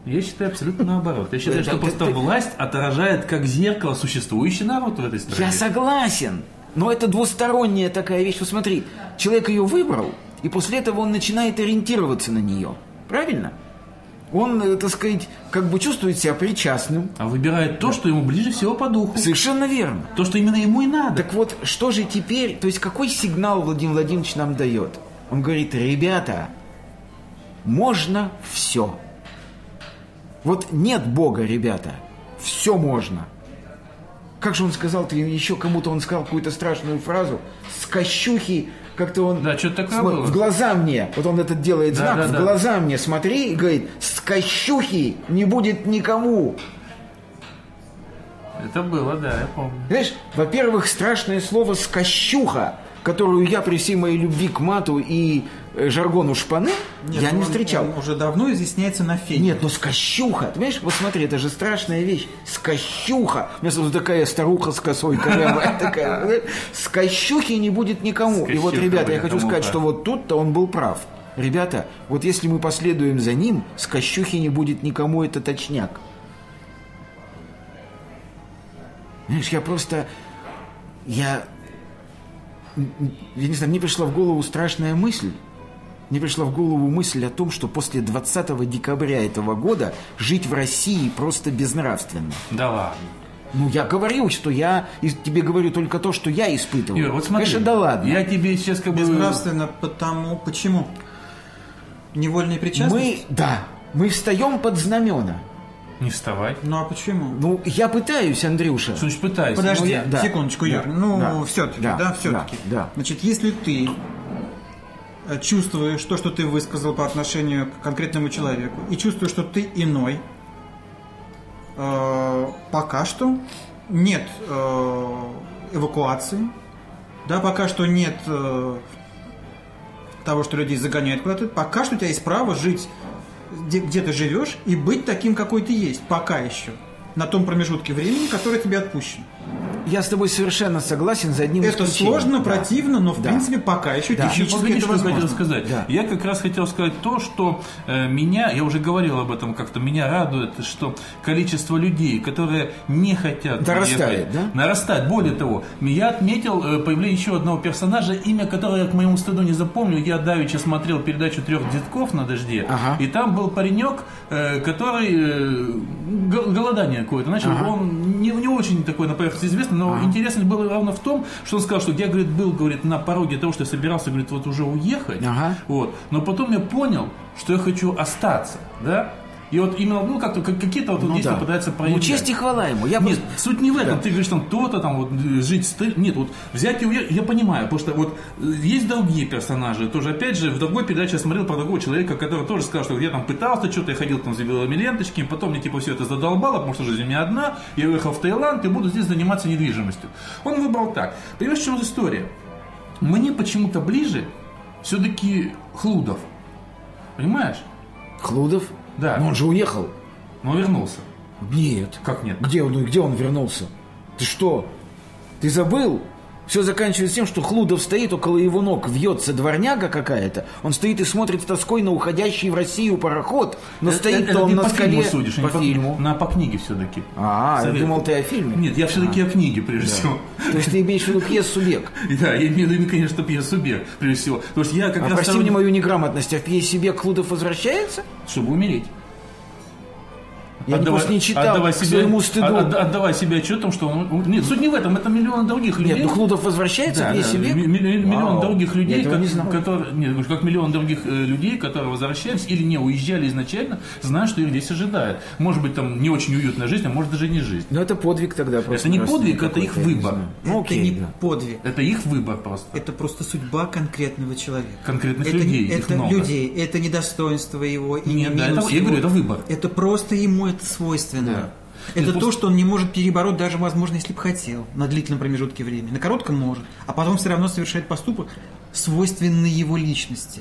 S2: Я считаю абсолютно наоборот. Я считаю,
S1: Это-
S2: что просто
S1: это-
S2: власть отражает как зеркало существующий народ в этой стране.
S1: Я согласен. Но это двусторонняя такая вещь. Вот смотри, человек ее выбрал, и после этого он начинает ориентироваться на нее. Правильно? Он, э, так сказать, как бы чувствует себя причастным.
S2: А выбирает то, что ему ближе всего по духу.
S1: Совершенно верно.
S2: То, что именно ему и надо.
S1: Так вот, что же теперь, то есть какой сигнал Владимир Владимирович нам дает? Он говорит, ребята, можно все. Вот нет Бога, ребята, все можно. Как же он сказал, ты еще кому-то он сказал какую-то страшную фразу, с кощухи, как-то он...
S2: Да, что-то такое
S1: Смо-
S2: было.
S1: В глаза мне, вот он этот делает
S2: Да,
S1: знак,
S2: да,
S1: в
S2: да.
S1: глаза мне смотри и говорит, с кощухи не будет никому.
S2: Это было, да, я помню.
S1: Знаешь, во-первых, страшное слово «скощуха», которую я при всей моей любви к мату и э, жаргону шпаны,
S3: Нет,
S1: я не
S3: он-
S1: встречал.
S3: он уже давно изъясняется на фене.
S1: Нет, ну скощуха, ты понимаешь, вот смотри, это же страшная вещь, скощуха. У меня сразу такая старуха с косой корявая такая. знаешь, Скощухи не будет никому. И вот,
S2: Скощуха
S1: ребята,
S2: будет
S1: я хочу
S2: кому,
S1: сказать,
S2: да.
S1: что вот тут-то он был прав. Ребята, вот если мы последуем за ним, скощухи не будет никому, это точняк. Знаешь, я просто... Я... Я не знаю, мне пришла в голову страшная мысль. Мне пришла в голову мысль о том, что после 20 декабря этого года жить в России просто безнравственно.
S2: Да ладно.
S1: Ну, я говорил, что я и тебе говорю только то, что я испытывал.
S2: Юр, вот смотри.
S1: Ну, Конечно, да ладно.
S2: Я тебе сейчас как бы...
S3: Безнравственно потому... Почему? Невольная
S1: Мы,
S3: причастность?
S1: да, мы встаем под знамена.
S2: Не вставай.
S3: Ну а почему?
S1: Ну, я пытаюсь, Андрюша.
S2: Что значит пытайся?
S3: Подожди,
S1: я- да.
S3: секундочку,
S1: Да.
S3: Юр. Ну,
S1: Да.
S3: все-таки,
S1: Да.
S3: да, все-таки.
S1: Да. Да.
S3: Значит, если ты э, чувствуешь то, что ты высказал по отношению к конкретному человеку, и чувствуешь, что ты иной, э, пока что нет э, эвакуации, да, пока что нет э, того, что людей загоняют куда-то, пока что у тебя есть право жить где, где ты живешь и быть таким, какой ты есть, пока еще, на том промежутке времени, который тебе отпущен.
S1: Я с тобой совершенно согласен за одним
S3: Это
S1: исключением.
S3: сложно,
S1: Да.
S3: противно, но в
S1: Да.
S3: принципе пока еще
S1: Да.
S2: Еще
S3: технически
S2: погоди,
S3: это
S2: что я хотел
S3: возможно.
S2: сказать.
S1: Да.
S2: Я как раз хотел сказать то, что э, меня, я уже говорил об этом как-то, меня радует, что количество людей, которые не хотят
S1: Нарастает,
S2: уехать,
S1: да?
S2: нарастает. Более того, я отметил э, появление еще одного персонажа, имя которого я к моему стыду не запомню. Я давеча смотрел передачу трех детков на дожде,
S1: Ага.
S2: и там был паренек, э, который э, го- голодание какое-то начал. Он не, не очень такой на поверхности известный, но интересно было равно в том, что он сказал, что я, говорит, был, говорит, на пороге того, что я собирался, говорит, вот уже уехать.
S1: Ага.
S2: Вот. Но потом я понял, что я хочу остаться, да? И вот именно, ну, как-то как- какие-то вот
S1: Ну
S2: действия
S1: да.
S2: пытаются
S1: Ну,
S2: проявлять.
S1: честь и хвала ему. Я
S2: Нет,
S1: просто-
S2: суть не в этом.
S1: Да.
S2: Ты говоришь, там, то-то там вот э, жить стыд. Нет, вот взять и уехать, я понимаю, потому что вот э, есть другие персонажи. Тоже, опять же, в другой передаче я смотрел про другого человека, который тоже сказал, что я там пытался что-то, я ходил там за белыми ленточками, потом мне типа все это задолбало, потому что жизнь у меня одна, я уехал в Таиланд и буду здесь заниматься недвижимостью. Он выбрал так. Понимаешь, в чем история? Мне почему-то ближе все-таки Хлудов. Понимаешь?
S1: Хлудов?
S2: Да.
S1: Но Ну, он же уехал.
S2: Но вернулся.
S1: Нет.
S2: Как нет?
S1: Где он, ну, где он вернулся? Ты что? Ты забыл? Все заканчивается тем, что Хлудов стоит около его ног, вьется дворняга какая-то. Он стоит и смотрит с тоской на уходящий в Россию пароход, но
S2: Это- Э, это
S1: стоит-то он
S2: ты
S1: на
S2: по
S1: скале
S2: фильму судишь, а
S1: по
S2: не по
S1: фильму.
S2: На по книге все-таки.
S1: А, я думал, ты о фильме.
S2: Нет, я
S1: А.
S2: все-таки о книге, прежде всего.
S1: То есть ты имеешь в виду пьесу «Бег».
S2: И Да, я имею в виду, конечно, пьесу «Бег», прежде всего. Потому что я как
S1: А
S2: раз...
S1: прости
S2: сторонник-
S1: мне мою неграмотность, а в пьесе «Бег» Хлудов возвращается?
S2: Чтобы умереть.
S1: Я не- просто не читал
S2: отдавай
S1: к
S2: себе, а-
S1: своему стыду.
S2: от- от- отдавай себе отчет о том, что... он- Нет, суть не в этом, это миллион других людей.
S1: Нет, ну Хлудов возвращается
S2: Да,
S1: в
S2: да,
S1: пьесе
S2: ми-
S1: «Бег»?
S2: ми- миллион
S1: Вау.
S2: других
S1: Я
S2: людей,
S1: этого
S2: как,
S1: не знал.
S2: которые, нет, говорю, как миллион других э, людей, которые возвращались или не уезжали изначально, знают, что их здесь ожидает. Может быть, там не очень уютная жизнь, а может даже не жизнь.
S1: Ну это подвиг тогда просто.
S2: не
S1: раз
S2: подвиг, это
S1: какой-то,
S2: их
S1: я не
S2: выбор.
S1: знаю.
S3: Это
S1: Ну, окей,
S3: не
S1: да.
S3: подвиг.
S2: Это их выбор просто.
S3: Это просто судьба конкретного человека.
S2: Конкретных
S3: это,
S2: людей,
S3: не-
S2: их
S3: Это
S2: много.
S3: людей, это недостоинство его и
S2: Нет,
S3: не
S2: да,
S3: минус
S2: это- я
S3: его.
S2: говорю, это выбор.
S3: Это просто ему это свойственно.
S2: Да.
S3: Это
S2: Нет,
S3: то,
S2: просто-
S3: что он не может перебороть даже, возможно, если бы хотел, на длительном промежутке времени. На коротком может, а потом все равно совершает поступок, свойственный его личности.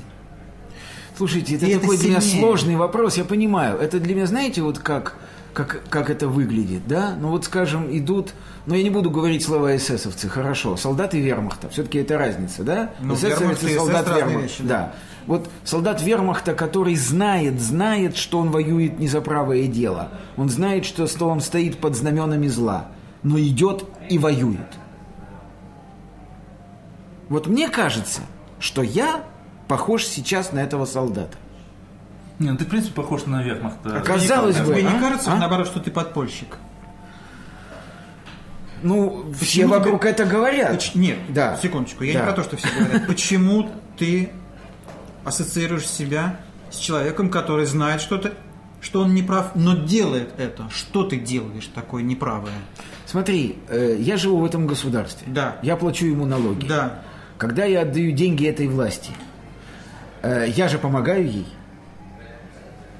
S1: Слушайте, это,
S3: И это
S1: такой для меня
S3: сильнее.
S1: сложный вопрос, я понимаю. Это для меня, знаете, вот как, как, как это выглядит, да? Ну вот, скажем, идут... Но я не буду говорить слова эсэсовцы, хорошо. Солдаты вермахта, все-таки это разница, да?
S3: Ну,
S1: Эсэсовец
S3: вермахт и эсэс разные вещи, да.
S1: да. Вот солдат вермахта, который знает, знает, что он воюет не за правое дело. Он знает, что с- он стоит под знаменами зла, но идет и воюет. Вот мне кажется, что я похож сейчас на этого солдата.
S2: Не, ну ты, в принципе, похож на вермахта.
S1: Оказалось- Казалось бы,
S3: Тебе не
S1: а?
S3: кажется,
S1: А?
S3: наоборот, что ты подпольщик?
S1: Ну, все
S3: Почему ты
S1: вокруг
S3: гов-
S1: это говорят.
S3: Поч- Нет,
S1: Да.
S3: секундочку, я
S1: Да.
S3: не про то, что все говорят. Почему ты ассоциируешь себя с человеком, который знает что-то, что он неправ, но делает это? Что ты делаешь такое неправое?
S1: Смотри, э, я живу в этом государстве.
S3: Да.
S1: Я плачу ему налоги.
S3: Да.
S1: Когда я отдаю деньги этой власти, э, я же помогаю ей.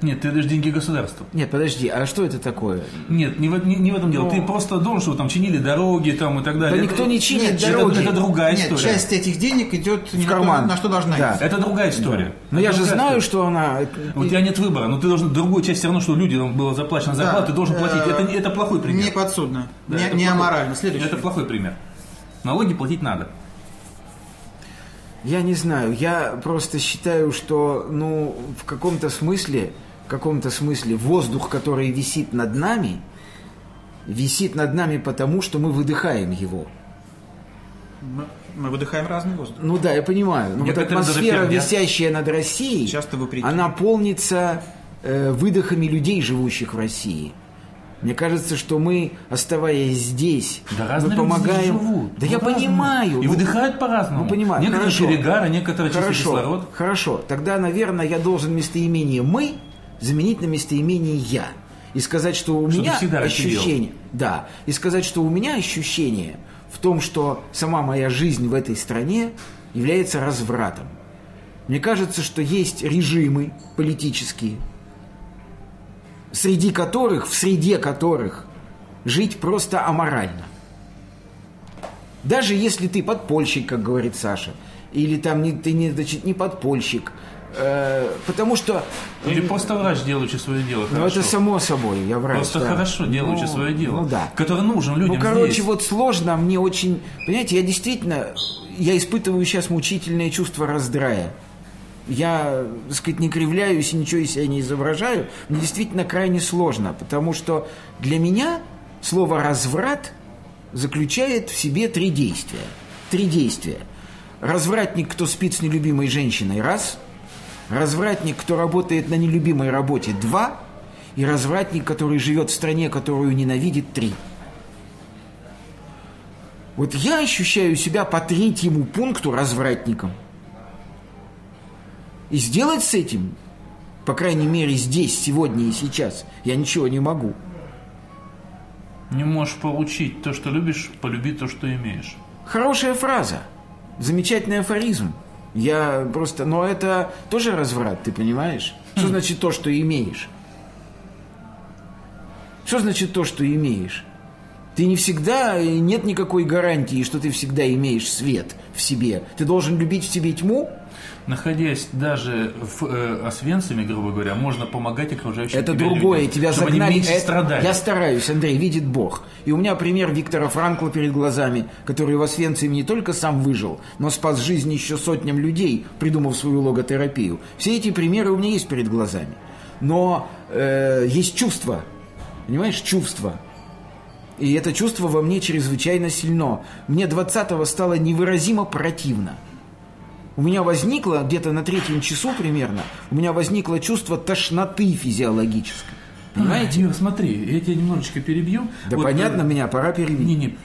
S2: Нет, ты даешь деньги государству.
S1: Нет, подожди, а что это такое?
S2: Нет, не в, не- не в этом дело. Ты просто должен, чтобы там чинили дороги там и так далее.
S1: Ну. Да
S2: Это-
S1: никто не чинит
S2: это-
S1: дороги.
S2: Это, другая
S3: Нет,
S2: история.
S3: часть этих денег идет не на то,
S1: карман.
S3: на что должна
S1: Да.
S3: идти.
S2: Это другая история.
S1: Но Ну, я
S2: Ну, Это
S1: же
S2: другая
S1: знаю,
S2: история.
S1: что она... э,
S2: У тебя нет выбора, но ты должен другую часть все равно, что людям было заплачено зарплата,
S3: Да.
S2: ты должен платить.
S3: Э,
S2: Это, не- это плохой пример.
S3: Не подсудно,
S2: Да,
S3: не,
S2: это
S3: не
S2: плохой-
S3: аморально. Следующий.
S2: Это плохой пример. Налоги платить надо.
S1: Я не знаю, я просто считаю, что, ну, в каком-то смысле, в каком-то смысле воздух, который висит над нами, висит над нами потому, что мы выдыхаем его.
S3: Мы, мы выдыхаем разный воздух.
S1: Ну да, я понимаю. Но вот
S2: Некоторые даже
S1: атмосфера,
S2: пердят.
S1: висящая над Россией,
S3: Часто вопреки.
S1: она полнится э, выдохами людей, живущих в России. Мне кажется, что мы, оставаясь здесь,
S2: Да
S1: мы
S2: разные люди
S1: помогаем.
S2: здесь живут. Ну,
S1: Да я
S2: разные.
S1: понимаю.
S2: И
S1: ну,
S2: выдыхают по-разному.
S1: Ну, понимаю.
S2: Некоторые
S1: хорошо.
S2: перегара, некоторые чистый
S1: хорошо,
S2: кислород.
S1: Хорошо. Тогда, наверное, я должен местоимение «мы» заменить на местоимение «я». И сказать, что у
S2: Что ты
S1: меня
S2: всегда раньше
S1: ощущение... Да. И сказать, что у меня ощущение в том, что сама моя жизнь в этой стране является развратом. Мне кажется, что есть режимы политические, среди которых, в среде которых жить просто аморально. Даже если ты подпольщик, как говорит Саша, или там не, ты не, значит, не подпольщик, э, потому что...
S2: Или просто врач, делающий свое дело.
S1: Ну,
S2: хорошо.
S1: это само собой, я врач.
S2: Просто
S1: да.
S2: хорошо, делающий
S1: Ну,
S2: свое дело.
S1: Ну да.
S2: Который нужен людям
S1: Ну, короче,
S2: здесь.
S1: вот сложно, мне очень... Понимаете, я действительно... Я испытываю сейчас мучительное чувство раздрая. Я, так сказать, не кривляюсь и ничего из себя не изображаю. Мне действительно крайне сложно, потому что для меня слово «разврат» заключает в себе три действия. Три действия. Развратник, кто спит с нелюбимой женщиной – раз. Развратник, кто работает на нелюбимой работе – два. И развратник, который живет в стране, которую ненавидит – три. Вот я ощущаю себя по третьему пункту развратником. И сделать с этим, по крайней мере, здесь, сегодня и сейчас, я ничего не могу.
S2: Не можешь получить то, что любишь, полюби то, что имеешь.
S1: Хорошая фраза. Замечательный афоризм. Я просто... Но это тоже разврат, ты понимаешь? Что значит то, что имеешь? Что значит то, что имеешь? Ты не всегда... и Нет никакой гарантии, что ты всегда имеешь свет в себе. Ты должен любить в себе тьму,
S2: Находясь даже в э, Освенциме, грубо говоря, можно помогать окружающим
S1: Это
S2: тебя
S1: другое,
S2: людям,
S1: тебя
S2: чтобы
S1: загнали.
S2: они меньше
S1: это-
S2: страдали.
S1: Я стараюсь, Андрей, видит Бог. И у меня пример Виктора Франкла перед глазами, который в Освенциме не только сам выжил, но спас жизнь еще сотням людей, придумав свою логотерапию. Все эти примеры у меня есть перед глазами. Но э, есть чувство, понимаешь, чувство. И это чувство во мне чрезвычайно сильно. Мне 20-го стало невыразимо противно. У меня возникло, где-то на третьем часу примерно, у меня возникло чувство тошноты физиологической.
S2: Понимаете? Юра, смотри, я тебя немножечко перебью.
S1: Да
S2: Вот,
S1: понятно,
S2: э,
S1: меня пора перевести.
S2: Не-не.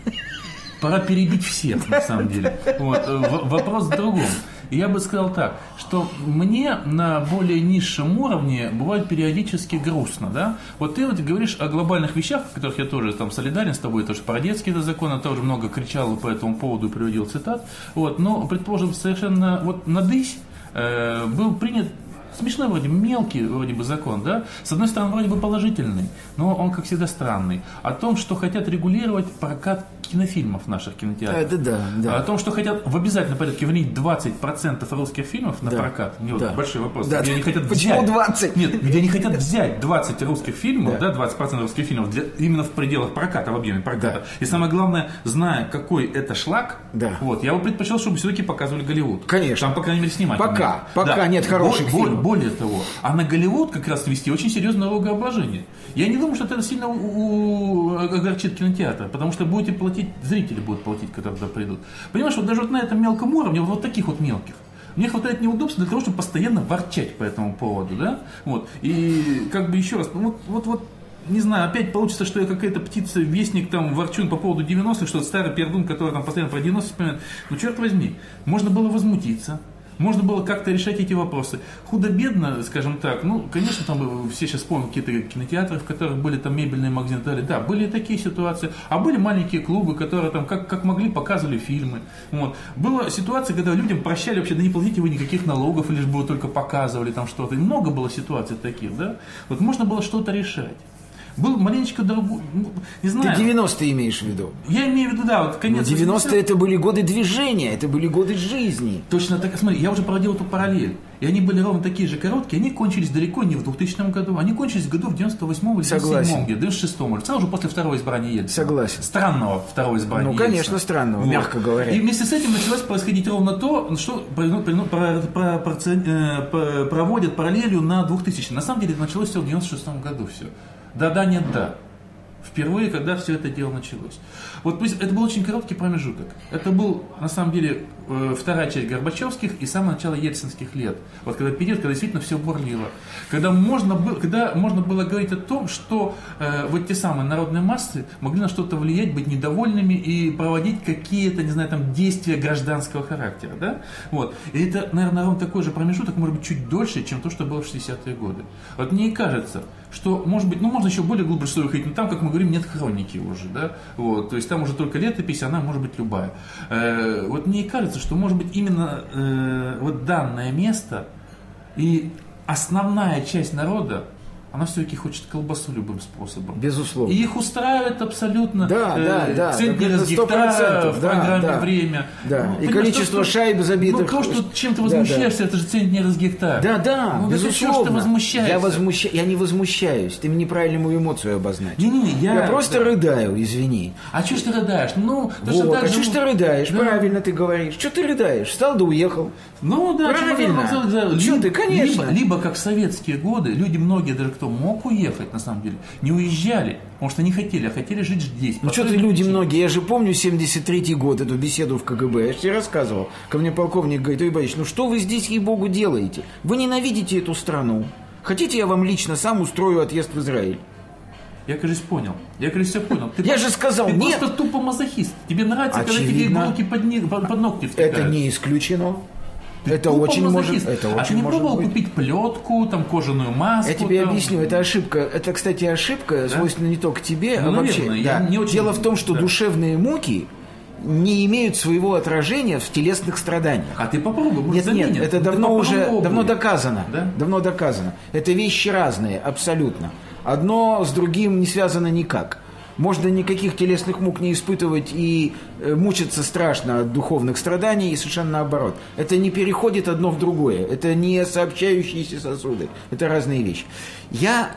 S2: Пора перебить всех, на самом деле. Вот, э, в- вопрос в другом. Я бы сказал так, что мне на более низшем уровне бывает периодически грустно, да? Вот ты вот говоришь о глобальных вещах, в которых я тоже там солидарен с тобой, потому что Бородецкий это закон, я тоже много кричал по этому поводу и приводил цитат. Вот, но, предположим, совершенно вот надысь э, был принят Смешной вроде, мелкий вроде бы закон, да? С одной стороны, вроде бы положительный, но он, как всегда, странный. О том, что хотят регулировать прокат кинофильмов наших кинотеатров. А
S1: Это Э, да, да.
S2: О том, что хотят в обязательном порядке внить 20% русских фильмов на
S1: Да.
S2: прокат. Мне
S1: Да.
S2: вот большой вопрос.
S1: Да.
S2: Где они хотят
S1: Почему
S2: взять?
S1: 20?
S2: Нет, где они хотят взять 20 русских фильмов, да,
S1: Да.
S2: 20% русских фильмов для- именно в пределах проката, в объеме проката. И самое главное, зная, какой это шлак,
S1: Да.
S2: вот, я бы предпочел, чтобы все-таки показывали Голливуд.
S1: Конечно.
S2: Там, по крайней мере, снимать.
S1: Пока.
S2: умеют.
S1: Пока нет
S2: Бо-
S1: хороших
S2: бо-
S1: фильмов.
S2: Более того, а на Голливуд как раз вести очень серьезное налогообложение. Я не думаю, что это сильно у- у- огорчит кинотеатр, потому что будете платить, зрители будут платить, когда туда придут. Понимаешь, вот даже вот на этом мелком уровне, вот таких вот мелких, мне хватает неудобств для того, чтобы постоянно ворчать по этому поводу, да? Вот. И как бы еще раз, ну, вот, вот, вот не знаю, опять получится, что я какая-то птица, вестник, там, ворчун по поводу 90-х, что старый пердун, который там постоянно про 90-е вспоминает. Ну, черт возьми, можно было возмутиться, можно было как-то решать эти вопросы. Худо-бедно, скажем так, ну, конечно, там э, все сейчас помнят какие-то кинотеатры, в которых были там мебельные магазины, и так далее. да, были и такие ситуации, а были маленькие клубы, которые там как, как могли показывали фильмы. Вот. Была ситуация, когда людям прощали вообще, да не платите вы никаких налогов, лишь бы вы только показывали там что-то. И много было ситуаций таких, да. Вот можно было что-то решать. Был маленечко другой, ну, не
S1: Ты Ну,
S2: знаю. ну,
S1: 90-е имеешь в виду?
S2: Я имею в виду, да, вот
S1: Но
S2: конец
S1: 90-е
S2: 80-х.
S1: это были годы движения, это были годы жизни.
S2: Точно так, смотри, я уже проводил эту параллель. И они были ровно такие же короткие, они кончились далеко не в 2000 году, они кончились в году в 98 или
S1: Согласен.
S2: 97 году, в 96 может, сразу же после второго избрания Ельцина.
S1: Согласен.
S2: Странного второго избрания
S1: Ну,
S2: Ельцина.
S1: конечно, странного, мягко говоря.
S2: И вместе с этим началось происходить ровно то, что прино- прино- про- про- проце- э, про- проводят параллелью на 2000 На самом деле это началось все в 96 году все. Да-да, нет, да. Впервые, когда все это дело началось. Вот пусть это был очень короткий промежуток. Это был, на самом деле, э, вторая часть Горбачевских и самое начало ельцинских лет. Вот когда период, когда действительно все бурлило. Когда можно было, когда можно было говорить о том, что э, вот те самые народные массы могли на что-то влиять, быть недовольными и проводить какие-то, не знаю, там, действия гражданского характера. Да? Вот. И это, наверное, ровно такой же промежуток, может быть, чуть дольше, чем то, что было в 60-е годы. Вот мне и кажется, что, может быть, ну, можно еще более глубже что выходить, но там, как мы говорим, нет хроники уже, да, вот, то есть там уже только летопись, она может быть любая. Э, вот мне и кажется, что, может быть, именно э, вот данное место и основная часть народа, она все-таки хочет колбасу любым способом.
S1: Безусловно.
S2: И их устраивает абсолютно э,
S1: Да, да, да.
S2: центнер
S1: Это
S2: с гектара
S1: 100%,
S2: в
S1: да,
S2: программе
S1: да.
S2: «Время». Ну,
S1: Да, и
S2: понимаешь,
S1: количество шайб забитых.
S2: Ну, то, что чем ты
S1: Да, да.
S2: возмущаешься, это же центнер с гектара.
S1: Да, да,
S2: ну, Да
S1: безусловно.
S2: ты чё ж ты возмущаешься?
S1: Я, возмуща... я не возмущаюсь, ты мне неправильно мою эмоцию обозначил.
S2: Не-не-не, я...
S1: Я, просто рыдаю, извини.
S2: А чё ж ты рыдаешь? Ну, точно
S1: Вот,
S2: так
S1: а
S2: же-
S1: что ж ты рыдаешь?
S2: Да.
S1: Правильно ты говоришь. Что ты рыдаешь? Встал да уехал.
S2: Ну да,
S1: Правильно.
S2: чё ты, да,
S1: Чё
S2: либо-
S1: ты, конечно.
S2: Либо, либо, как в советские годы, люди многие, даже кто мог уехать, на самом деле, не уезжали, потому что не хотели, а хотели жить здесь.
S1: Ну что ты, люди многие, я же помню 73-й год, эту беседу в КГБ, я же тебе рассказывал. Ко мне полковник говорит, ой, Борис, ну что вы здесь, ей-богу, делаете? Вы ненавидите эту страну. Хотите, я вам лично сам устрою отъезд в Израиль?
S2: Я, кажется, понял. Я, кажется, все понял. Ты
S1: Я же сказал,
S2: Ты
S1: нет.
S2: просто тупо мазохист. Тебе нравится, когда тебе
S1: Очевидно.
S2: иголки под, ни- под- под ногти втыкают.
S1: Это не исключено. это
S2: Тупо
S1: очень
S2: мазохист.
S1: может, это
S2: а ты
S1: очень
S2: не
S1: может
S2: пробовал
S1: быть.
S2: купить плетку, там кожаную маску?
S1: Я тебе
S2: там?
S1: объясню, это ошибка. Это, кстати, ошибка, свойственна не только тебе,
S2: Ну,
S1: а
S2: наверное,
S1: вообще.
S2: я
S1: да.
S2: не очень-
S1: Дело в том, что
S2: да.
S1: душевные муки не имеют своего отражения в телесных страданиях.
S2: А ты попробуй, может,
S1: Нет, нет,
S2: заменят.
S1: это
S2: Ты
S1: давно
S2: попробуй
S1: уже
S2: обувь.
S1: давно доказано.
S2: Да?
S1: Давно доказано. Это вещи разные, абсолютно. Одно с другим не связано никак. Можно никаких телесных мук не испытывать и э, мучиться страшно от духовных страданий, и совершенно наоборот. Это не переходит одно в другое. Это не сообщающиеся сосуды. Это разные вещи. Я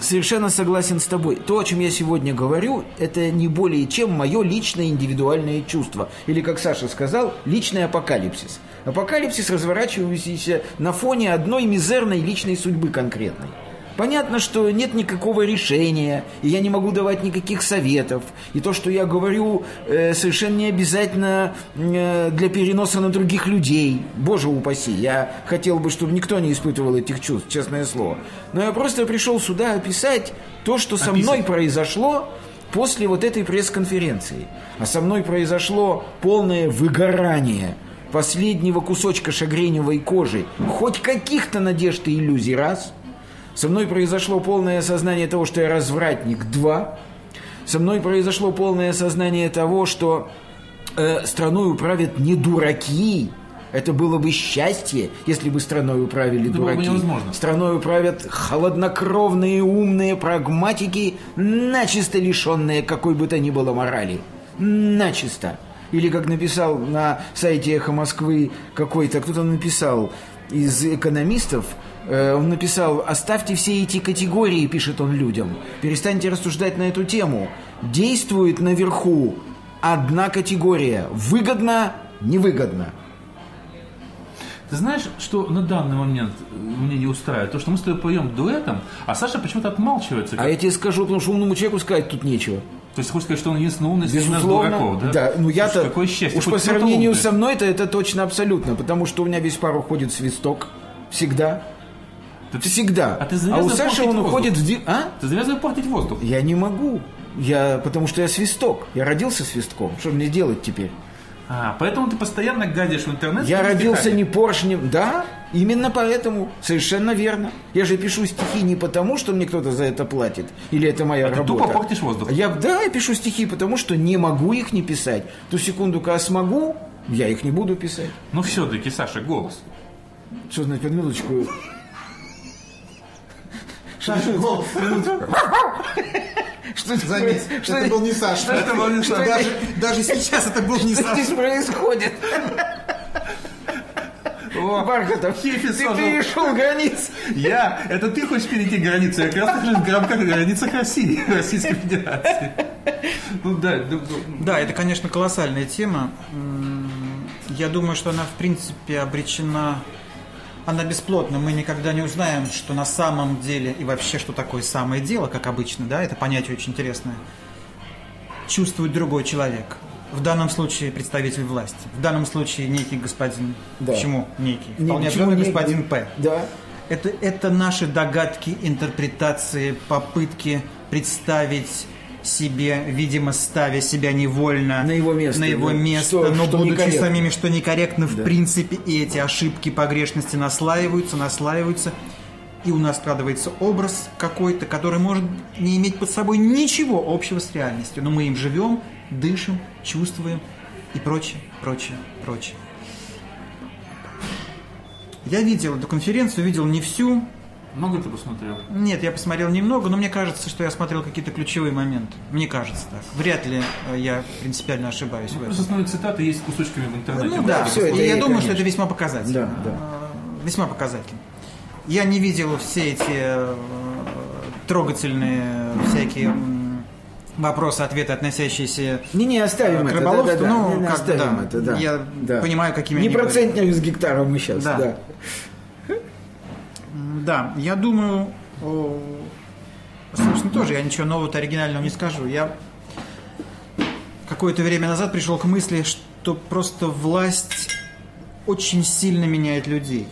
S1: совершенно согласен с тобой. То, о чем я сегодня говорю, это не более чем мое личное индивидуальное чувство. Или, как Саша сказал, личный апокалипсис. Апокалипсис, разворачивающийся на фоне одной мизерной личной судьбы конкретной. Понятно, что нет никакого решения, и я не могу давать никаких советов. И то, что я говорю, э, совершенно не обязательно э, для переноса на других людей. Боже упаси, я хотел бы, чтобы никто не испытывал этих чувств, честное слово. Но я просто пришел сюда описать то, что со
S2: Описать.
S1: мной произошло после вот этой пресс-конференции. А со мной произошло полное выгорание последнего кусочка шагреневой кожи, хоть каких-то надежд и иллюзий раз – со мной произошло полное осознание того, что я развратник 2. Со мной произошло полное осознание того, что э, страной управят не дураки. Это было бы счастье, если бы страной управили
S2: Это было бы
S1: дураки.
S2: невозможно.
S1: Страной управят холоднокровные, умные прагматики, начисто лишенные какой бы то ни было морали. начисто. Или, как написал на сайте «Эхо Москвы» какой-то, кто-то написал из экономистов, э, он написал «Оставьте все эти категории», пишет он людям, «перестаньте рассуждать на эту тему. Действует наверху одна категория – выгодно, невыгодно».
S2: Ты знаешь, что на данный момент э, мне не устраивает? То, что мы с тобой поем дуэтом, а Саша почему-то отмалчивается.
S1: А я тебе скажу, потому что умному человеку сказать тут нечего.
S2: То есть хочешь сказать, что он единственный умный среди нас
S1: Безусловно,
S2: дураков, да?
S1: ну я-то,
S2: Слушай, Какое счастье. хоть
S1: уж по
S2: кто-то
S1: сравнению
S2: умный.
S1: со мной-то это точно абсолютно, потому что у меня весь пар уходит в свисток, всегда,
S2: Да ты-
S1: всегда.
S2: А ты
S1: а у
S2: завязывай
S1: Саши
S2: портить
S1: он
S2: воздух.
S1: уходит в... ди- А?
S2: Ты завязывай портить воздух.
S1: Я не могу, я, потому что я свисток, я родился свистком, что мне делать теперь?
S2: А, поэтому ты постоянно гадишь в интернет.
S1: Я
S2: своими
S1: родился
S2: стихами.
S1: не поршнем, да? Именно поэтому, совершенно верно. Я же пишу стихи не потому, что мне кто-то за это платит, или это моя
S2: ты
S1: работа.
S2: тупо портишь воздух.
S1: Я, да, я пишу стихи, потому что не могу их не писать. Ту секунду, когда смогу, я их не буду писать.
S2: Ну все-таки, Саша, голос.
S1: Что значит, минуточку.
S3: Саша, голос.
S1: Что здесь
S3: Заметь,
S1: проис- что
S3: это
S1: здесь-
S3: был не Саша.
S1: это был не Саша.
S3: Даже, даже сейчас это был не
S1: что
S3: Саша.
S1: здесь происходит? Бархатов, ты
S2: Хефис сажал.
S1: перешел границы.
S2: Я, это ты хочешь перейти границу, я как раз нахожусь в рамках границах России, Российской Федерации. Ну да, ну, ну,
S3: Да, это, конечно, колоссальная тема. М, Я думаю, что она, в принципе, обречена... Она бесплотна, мы никогда не узнаем, что на самом деле и вообще, что такое самое дело, как обычно, да, это понятие очень интересное. Чувствует другой человек. В данном случае представитель власти. В данном случае некий господин...
S1: Да.
S3: Почему некий?
S1: Не,
S3: Вполне
S1: почему
S3: определенно
S1: не-
S3: господин П.
S1: Да.
S3: Это, это наши догадки, интерпретации, попытки представить себе, видимо, ставя себя невольно
S1: На его место,
S3: на его
S1: да.
S3: место,
S1: Что-
S3: но
S1: что
S3: будучи
S1: некорректно.
S3: самими, что некорректно в принципе, и эти ошибки, погрешности наслаиваются, наслаиваются, и у нас складывается образ какой-то, который может не иметь под собой ничего общего с реальностью, но мы им живем, дышим, чувствуем и прочее, прочее, прочее. Я видел эту конференцию, видел не всю,
S2: много ты посмотрел.
S3: нет, я посмотрел немного, но мне кажется, что я смотрел какие-то ключевые моменты. Мне кажется так. Вряд ли э, я принципиально ошибаюсь в
S2: Просто
S3: этом.
S2: основные цитаты есть кусочками в интернете.
S3: Ну да,
S1: Ну, всё, это
S3: и я
S1: и,
S3: думаю,
S1: конечно.
S3: что это весьма показательно.
S1: Да, да.
S3: Э, Весьма показательно. Я не видел все эти э, трогательные всякие м, вопросы, ответы, относящиеся
S1: Не-не, оставим
S3: к
S1: это.
S3: рыболовству.
S1: да-да-да,
S3: Ну,
S1: не-не,
S3: как,
S1: оставим
S3: да.
S1: это, да.
S3: Я
S1: да.
S3: понимаю, какими
S1: Не
S3: они были.
S1: процентник с гектаром мы сейчас,
S3: Да.
S1: да.
S3: Да, я думаю, о, собственно, тоже я ничего нового-то оригинального не скажу. Я какое-то время назад пришел к мысли, что просто власть очень сильно меняет людей.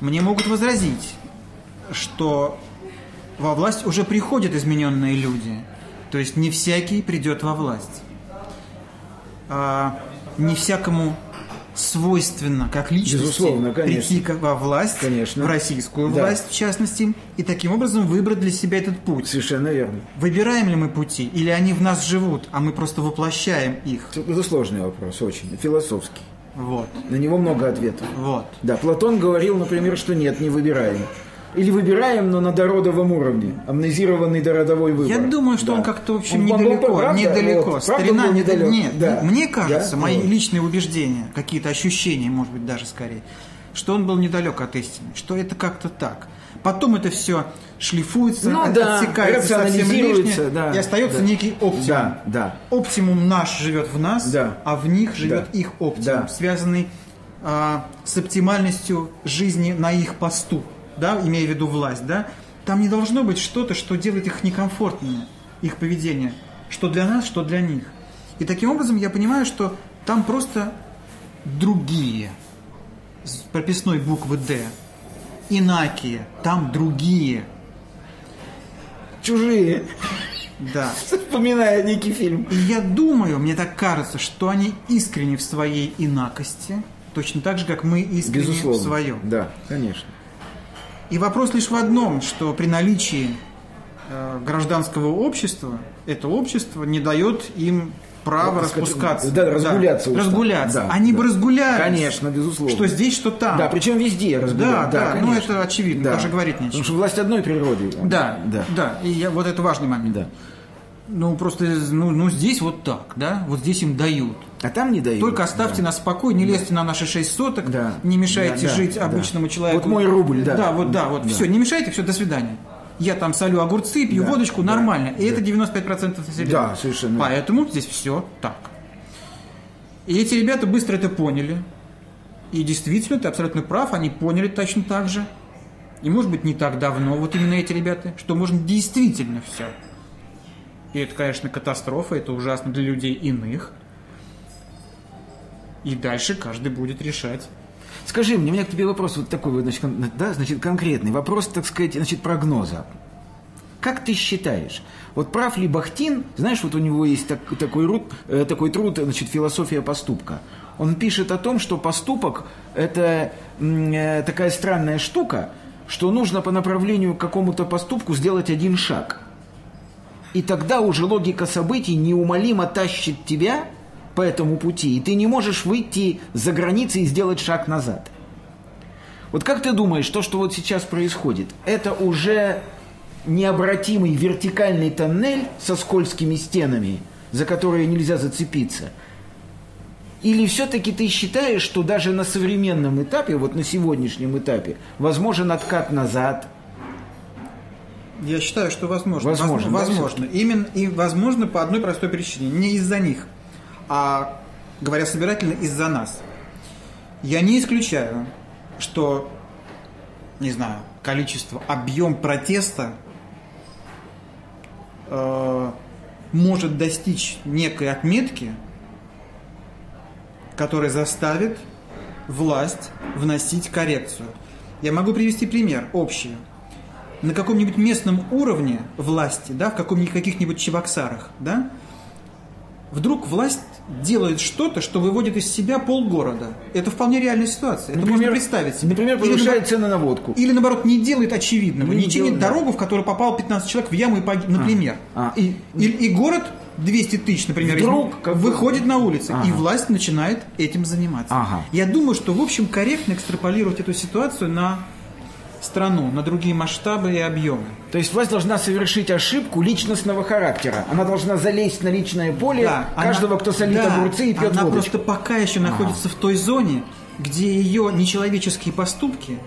S3: Мне могут возразить, что во власть уже приходят измененные люди. То есть не всякий придет во власть. А, не всякому свойственно, как личности,
S1: Безусловно, конечно.
S3: прийти к- во власть,
S1: Конечно.
S3: в российскую
S1: Да.
S3: власть, в частности, и таким образом выбрать для себя этот путь.
S1: Совершенно верно.
S3: Выбираем ли мы пути, или они в нас живут, а мы просто воплощаем их.
S1: Это сложный вопрос, очень, философский.
S3: Вот,
S1: На него много ответов.
S3: вот.
S1: Да, Платон говорил, например, что нет, не выбираем. Или выбираем, но на дородовом уровне. Амнезированный дородовой выбор.
S3: Я думаю, что
S1: Да.
S3: он как-то, в общем,
S1: Он был- был
S3: недалеко.
S1: прав, да,
S3: недалеко.
S1: вот, правда
S3: Старина
S1: был
S3: не-
S1: недалек,
S3: Нет,
S1: да.
S3: ну, мне кажется,
S1: Да,
S3: мои
S1: вот.
S3: личные убеждения, какие-то ощущения, может быть, даже скорее, что он был недалек от истины, что это как-то так. Потом это все шлифуется,
S1: Ну
S3: от-
S1: да,
S3: отсекается совсем
S1: рационализируется,
S3: лишнее,
S1: да,
S3: и остается
S1: да.
S3: некий оптимум.
S1: Да, да.
S3: Оптимум наш живет в нас,
S1: Да.
S3: а в них живет
S1: Да.
S3: их оптимум,
S1: Да.
S3: связанный а, с оптимальностью жизни на их посту, да, имея в виду власть, да. Там не должно быть что-то, что делает их некомфортными, их поведение, что для нас, что для них. И таким образом я понимаю, что там просто другие с прописной буквы «Д», инакие, там другие,
S1: Чужие,
S3: да.
S1: вспоминая некий фильм.
S3: И я думаю, мне так кажется, что они искренне в своей инакости, точно так же, как мы искренне
S1: Безусловно.
S3: в своем.
S1: Да, конечно.
S3: И вопрос лишь в одном, что при наличии э, гражданского общества, это общество не дает им права
S1: Да,
S3: распускаться.
S1: да, разгуляться уж там.
S3: разгуляться.
S1: Да,
S3: они
S1: да.
S3: бы разгулялись.
S1: Конечно, безусловно.
S3: Что здесь, что там.
S1: Да, причем везде
S3: да,
S1: разгуляют.
S3: да, ну
S1: конечно.
S3: это очевидно,
S1: Да.
S3: даже говорить
S1: Потому
S3: нечего.
S1: что власть одной природы.
S3: Да, да,
S1: да.
S3: да, и я, вот это важный момент.
S1: Да.
S3: Ну, просто, ну, ну, здесь вот так, да? Вот здесь им дают.
S1: А там не дают.
S3: Только оставьте нас в покое, не лезьте на наши 6 соток,
S1: Да.
S3: не мешайте
S1: Да, да,
S3: жить
S1: да.
S3: обычному человеку.
S1: Вот мой рубль, да.
S3: Да, вот, да, вот,
S1: Да.
S3: все, не мешайте, все, до свидания. Я там солю огурцы, пью
S1: Да,
S3: водочку,
S1: да,
S3: нормально. И
S1: да.
S3: это 95% населения.
S1: Да, совершенно.
S3: Поэтому здесь все так. И эти ребята быстро это поняли. И действительно, ты абсолютно прав, они поняли точно так же. И может быть не так давно, вот именно эти ребята, что можно действительно все. И это, конечно, катастрофа, это ужасно для людей иных. И дальше каждый будет решать.
S1: Скажи мне, у меня к тебе вопрос вот такой, вот, значит, кон- да, значит, конкретный. Вопрос, так сказать, значит, прогноза. Как ты считаешь, вот прав ли Бахтин, знаешь, вот у него есть так- такой, рут, э, такой труд, э, значит, «Философия поступка». Он пишет о том, что поступок – это м, э, такая странная штука, что нужно по направлению к какому-то поступку сделать один шаг. И тогда уже логика событий неумолимо тащит тебя по этому пути, и ты не можешь выйти за границы и сделать шаг назад. Вот как ты думаешь, то, что вот сейчас происходит, это уже необратимый вертикальный тоннель со скользкими стенами, за которые нельзя зацепиться? Или все-таки ты считаешь, что даже на современном этапе, вот на сегодняшнем этапе, возможен откат назад?
S3: Я считаю, что возможно.
S1: Возможно, да,
S3: возможно. Именно и возможно по одной простой причине. Не из-за них, а, говоря собирательно, из-за нас. Я не исключаю, что, не знаю, количество, объем протеста э, может достичь некой отметки, которая заставит власть вносить коррекцию. Я могу привести пример общий на каком-нибудь местном уровне власти, да, в каком-нибудь каких-нибудь чебоксарах, да, вдруг власть делает что-то, что выводит из себя полгорода. Это вполне реальная ситуация. Это можно представить себе.
S1: Например,
S3: Или,
S1: повышает цены на водку.
S3: или, наоборот, не делает очевидного.
S1: Не
S3: Не, чинит
S1: делает, да.
S3: дорогу, в которую попало 15 человек в яму и погиб, например.
S1: А, и-
S3: И, и город 200 тысяч, например, из-
S1: Вдруг как бы-
S3: выходит на улицы, и
S1: Ага.
S3: власть начинает этим заниматься.
S1: Ага.
S3: Я думаю, что, в общем, корректно экстраполировать эту ситуацию на страну, на другие масштабы и объемы.
S1: То есть власть должна совершить ошибку личностного характера. Она должна залезть на личное поле
S3: она-
S1: каждого, кто солит
S3: да,
S1: огурцы и пьет
S3: она
S1: водочку.
S3: просто пока еще находится в той зоне, где ее нечеловеческие поступки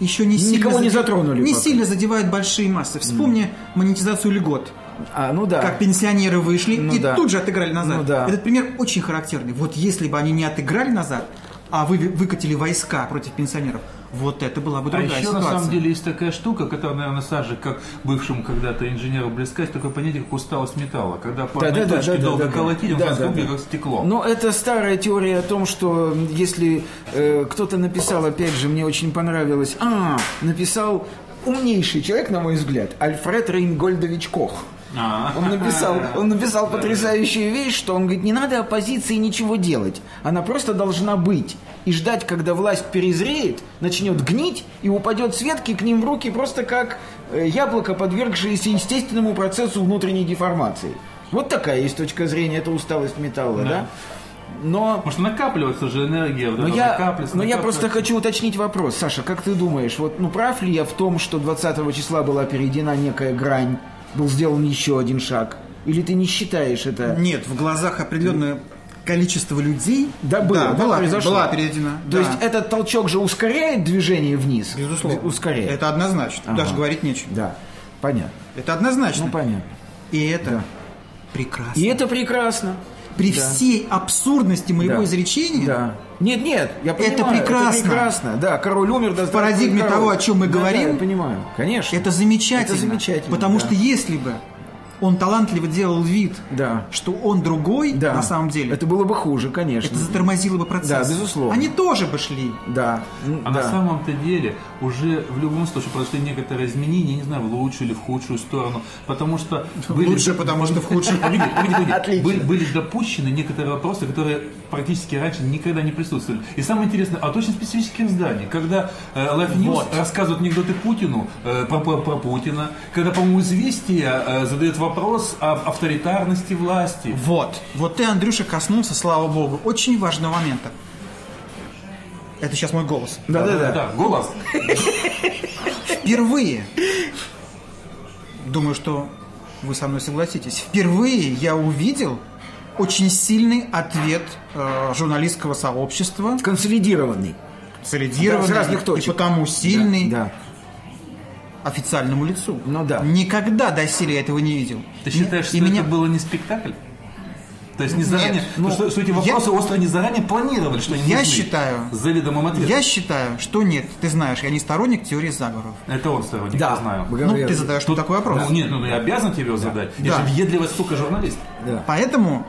S3: еще не сильно
S1: Никого не
S3: заде-
S1: затронули
S3: не
S1: пока.
S3: сильно задевают большие массы. Вспомни монетизацию льгот.
S1: А, ну да.
S3: Как пенсионеры вышли
S1: Ну
S3: и
S1: да.
S3: тут же отыграли назад.
S1: Ну да.
S3: Этот пример очень характерный. Вот если бы они не отыграли назад, а вы выкатили войска против пенсионеров, вот это была бы
S2: А
S3: другая
S2: еще
S3: ситуация.
S2: на самом деле есть такая штука, которая, наверное, Саже, как бывшему когда-то инженеру близка, есть такое понятие, как усталость металла. Когда по одной
S1: Да-да-да,
S2: точке
S1: да-да-да.
S2: долго колотили, он
S1: Да-да-да.
S2: заскрипел, как стекло.
S1: Но это старая теория о том, что м, если э, кто-то написал, опять же, мне очень понравилось, а, написал умнейший человек, на мой взгляд, Альфред Рейнгольдович Кох.
S2: А.
S1: Он написал, он написал потрясающую вещь, что он говорит, не надо оппозиции ничего делать. Она просто должна быть. И ждать, когда власть перезреет, начнет гнить и упадет с ветки к ним в руки просто как э, яблоко, подвергшееся естественному процессу внутренней деформации. Вот такая есть точка зрения, это усталость металла, да? Но,
S2: Потому что накапливается же энергия, вот
S1: но,
S2: это
S1: Ну, я,
S2: накапливается,
S1: но я
S2: накапливается.
S1: просто хочу уточнить вопрос. Саша, как ты думаешь, вот, ну прав ли я в том, что 20 числа была перейдена некая грань, был сделан еще один шаг? Или ты не считаешь это...
S3: Нет, в глазах определенное количество людей
S1: Да, было, да,
S3: была,
S1: произошло.
S3: была переведена.
S1: То
S3: да.
S1: есть этот толчок же ускоряет движение вниз?
S3: Безусловно.
S1: Ускоряет.
S3: Это однозначно.
S1: Ага.
S3: Даже говорить нечего.
S1: Да, понятно.
S3: Это однозначно.
S1: Ну, понятно.
S3: И это прекрасно.
S1: И это прекрасно.
S3: При
S1: Да.
S3: всей абсурдности моего
S1: Да.
S3: изречения,
S1: Да. Нет, нет, я
S3: Это
S1: понимаю.
S3: прекрасно.
S1: Это прекрасно. Да, король умер. Да
S3: В парадигме
S1: здравствует
S3: того, о чем мы
S1: Да, да,
S3: говорим,
S1: я понимаю, конечно.
S3: это замечательно.
S1: Это замечательно,
S3: Потому
S1: да.
S3: что если бы он талантливо делал вид,
S1: Да.
S3: что он другой,
S1: Да.
S3: на самом деле, это,
S1: Это было бы хуже, конечно.
S3: затормозило бы процесс.
S1: Да, безусловно.
S3: Они тоже бы шли.
S1: Да. м,
S2: А на
S1: да.
S2: самом-то деле уже в любом случае произошли некоторые изменения, не знаю, в лучшую или в худшую сторону, потому что были-
S3: Лучше, потому что в худшую.
S2: Погоди, погоди, погоди.
S1: Отлично.
S2: Были, были допущены некоторые вопросы, которые практически раньше никогда не присутствовали. И самое интересное, а от очень специфических изданий, когда э, Life News рассказывает анекдоты Путину, э, про, про- про Путина, когда, по-моему, «Известия» э, задает вопрос об авторитарности власти.
S3: Вот. Вот ты, Андрюша, коснулся, слава богу, очень важного момента. Это сейчас мой голос.
S1: Да, да, да.
S2: Да, голос.
S3: Впервые, думаю, что вы со мной согласитесь, впервые я увидел очень сильный ответ э, журналистского сообщества,
S1: Консолидированный.
S3: солидированный
S1: Да, с разных
S3: и
S1: точек.
S3: потому сильный
S1: Да.
S3: официальному лицу.
S1: Ну да.
S3: Никогда доселе я этого не видел.
S2: Ты считаешь,
S3: И
S2: что
S3: меня-
S2: это было не спектакль? То есть не заранее,
S3: ну,
S2: потому что, что эти вопросы
S3: я-
S2: остро не заранее планировали, что они
S3: Я
S2: нужны.
S3: считаю-
S2: С заведомым ответом.
S3: Я считаю, что нет. Ты знаешь, я не сторонник теории заговоров.
S2: Это он сторонник,
S1: Да.
S2: я знаю.
S1: Б-
S3: Ну,
S1: Говорю,
S3: ты задаешь мне такой вопрос.
S2: Ну, нет, ну я обязан тебе его задать. Я
S3: Да.
S2: же въедливая сука журналист.
S1: Да.
S3: Поэтому,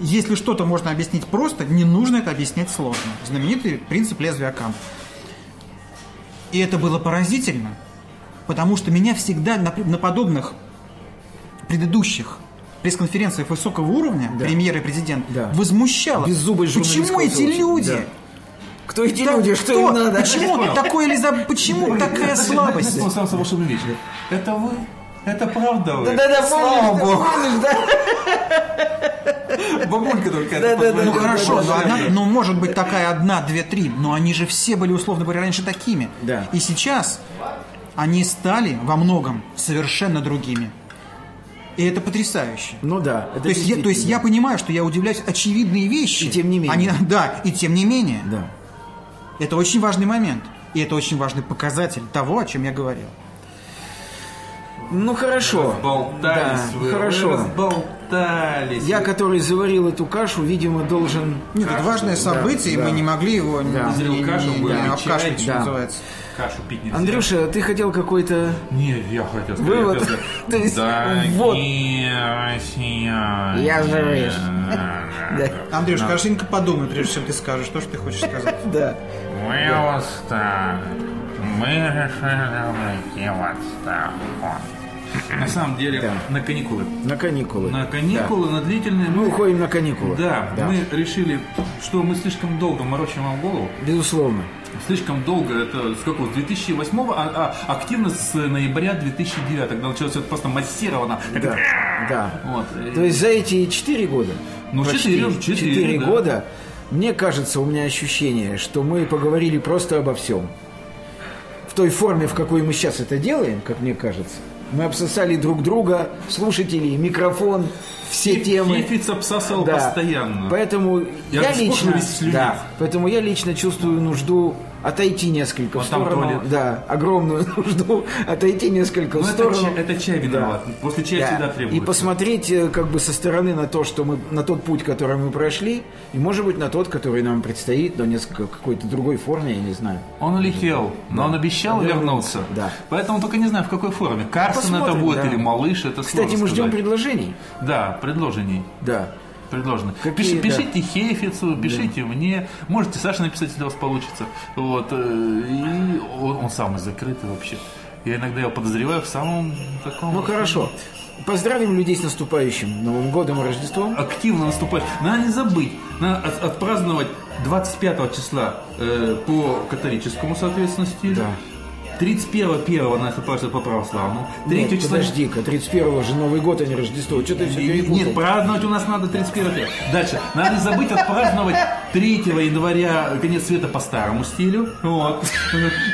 S3: если что-то можно объяснить просто, не нужно это объяснять сложно. Знаменитый принцип лезвия Акама. И это было поразительно, потому что меня всегда на, при- на подобных предыдущих пресс-конференциях высокого уровня,
S1: Да.
S3: премьер и президент,
S1: Да.
S3: возмущало,
S1: Беззубость
S3: почему
S1: журналистского
S3: эти
S1: сообщества.
S3: люди...
S1: Да. А Кто эти
S3: Да
S1: люди? Что
S3: кто?
S1: им надо?
S3: Почему такое Элизаб- Почему Ну, такая
S2: Знаете,
S3: слабость?
S2: знаете, самая волшебная вещь. Это вы? Это правда вы?
S1: Да-да-да,
S3: Слава
S1: помнишь,
S3: богу.
S1: помнишь, да?
S2: Бабулька только
S1: Да, да,
S2: это
S1: да,
S2: позволяет.
S1: да,
S3: Ну хорошо,
S1: да,
S3: но, одна, ну, может быть такая одна, две, три, но они же все были, условно говоря, раньше такими.
S1: Да.
S3: И сейчас они стали во многом совершенно другими. И это потрясающе.
S1: Ну да. это
S3: то, есть я, то есть я
S1: действительно.
S3: понимаю, что я удивляюсь очевидные вещи.
S1: И тем не менее.
S3: Они- да, и тем не менее.
S1: Да.
S3: Это очень важный момент. И это очень важный показатель того, о чем я говорил.
S1: Ну хорошо.
S2: Болтались
S1: Да,
S2: вы.
S1: Хорошо.
S2: Разболтались.
S1: Я, который заварил эту кашу, видимо, должен...
S3: Нет, это важное событие, и мы
S1: да.
S3: не могли его не-
S1: Да.
S3: не- не-
S2: Кашу
S3: не-
S2: будем
S3: не а обкашлять,
S2: чай,
S3: что
S1: да.
S3: называется.
S2: Кашу пить нельзя.
S1: Андрюша, а ты хотел какой-то...
S2: Не, я хотел сказать.
S1: Вывод.
S2: это-
S1: То есть,
S2: Дорогие
S1: вот.
S2: россияне.
S1: Я же вижу. Да.
S3: Андрюш, хорошенько подумай, прежде чем ты скажешь то, что ты хочешь сказать.
S1: Да.
S2: Мы устали. Мы решили выйти в отставку. На самом деле,
S1: Да.
S2: на каникулы.
S1: На каникулы.
S2: На каникулы, на длительные.
S1: Да. Ну, Мы
S2: Мы
S1: уходим на каникулы.
S2: Да, мы решили, что мы слишком долго морочим вам голову.
S1: Безусловно.
S2: Слишком долго, это с какого, с 2008 а, а активно с ноября 2009, когда началось это просто массированно. Так,
S1: Да. Да.
S2: Вот. э,
S1: То есть за эти четыре года,
S2: Ну,
S1: почти
S2: 4, 4,
S1: четыре года, мне кажется, у меня ощущение, что мы поговорили просто обо всем. В той форме, в какой мы сейчас это делаем, как мне кажется, мы обсосали друг друга, слушателей, микрофон, все темы.
S2: Фифиц обсосал
S1: Да.
S2: постоянно.
S1: Поэтому я,
S2: Я вспомнил
S1: лично,
S2: весь слюнив.
S1: да, поэтому я лично чувствую нужду отойти несколько
S2: Вот
S1: в
S2: там
S1: сторону.
S2: туалет.
S1: да, огромную нужду отойти несколько
S2: Ну,
S1: в
S2: это,
S1: сторону.
S2: чай, это чай виноват. После чая
S1: Да.
S2: всегда
S1: И
S2: требуется.
S1: посмотреть э, как бы со стороны на то, что мы на тот путь, который мы прошли, и может быть на тот, который нам предстоит, но несколько какой-то другой форме, я не знаю.
S2: Он улетел, но он обещал вернуться.
S1: Да.
S2: Поэтому только не знаю, в какой форме. Карсон это
S1: Посмотрим,
S2: будет
S1: да.
S2: или малыш, это
S1: Кстати,
S2: сложно
S1: мы ждем
S2: сказать.
S1: предложений.
S2: Да, предложений.
S1: Да.
S2: Предложено.
S1: Какие,
S2: Пиши-
S1: да.
S2: пишите Хейфицу, пишите мне. Можете Саше написать, если у вас получится. Вот. э, И он, он самый закрытый вообще. Я иногда его подозреваю в самом таком...
S1: Ну хорошо. Поздравим людей с наступающим Новым годом и Рождеством.
S2: Активно наступать. Надо не забыть. Надо от- отпраздновать 25 числа э, по католическому, соответственно, стилю.
S1: Да.
S2: 31-1 надо отпраздновать по православному. 3
S1: Нет,
S2: числа...
S1: подожди-ка, 31-го же Новый год, а не Рождество. Что ты все
S2: И-
S1: перепутал?
S2: Нет, праздновать у нас надо 31 Дальше. Надо не забыть отпраздновать 3 января конец света по старому стилю. Вот.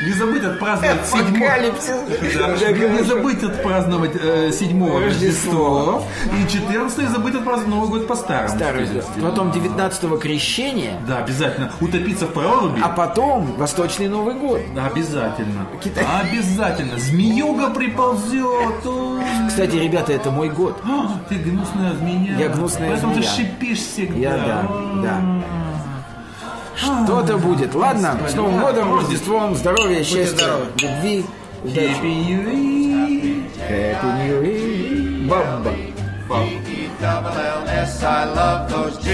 S2: Не забыть отпраздновать 7 Не забыть отпраздновать 7 Рождество. И 14 не забыть отпраздновать Новый год по старому
S1: Старый
S2: стилю.
S1: год. Потом 19-го крещения,
S2: Да, обязательно. Утопиться в проруби.
S1: а потом Восточный Новый год.
S2: Да, Обязательно.
S1: Китай.
S2: Обязательно. Змеюга приползет. Ой.
S1: Кстати, ребята, это мой год.
S2: А, Ты гнусная змея.
S1: Я гнусная
S2: Поэтому
S1: змея.
S2: ты шипишь всегда.
S1: Я да, да. Что-то будет. Ладно, с Новым годом, Рождеством, здоровья, счастья,
S3: здоровы.
S1: любви, удачи.
S2: Happy New Year.
S1: Happy New Year. Бабба.
S4: E E-E-double-L-S, I love those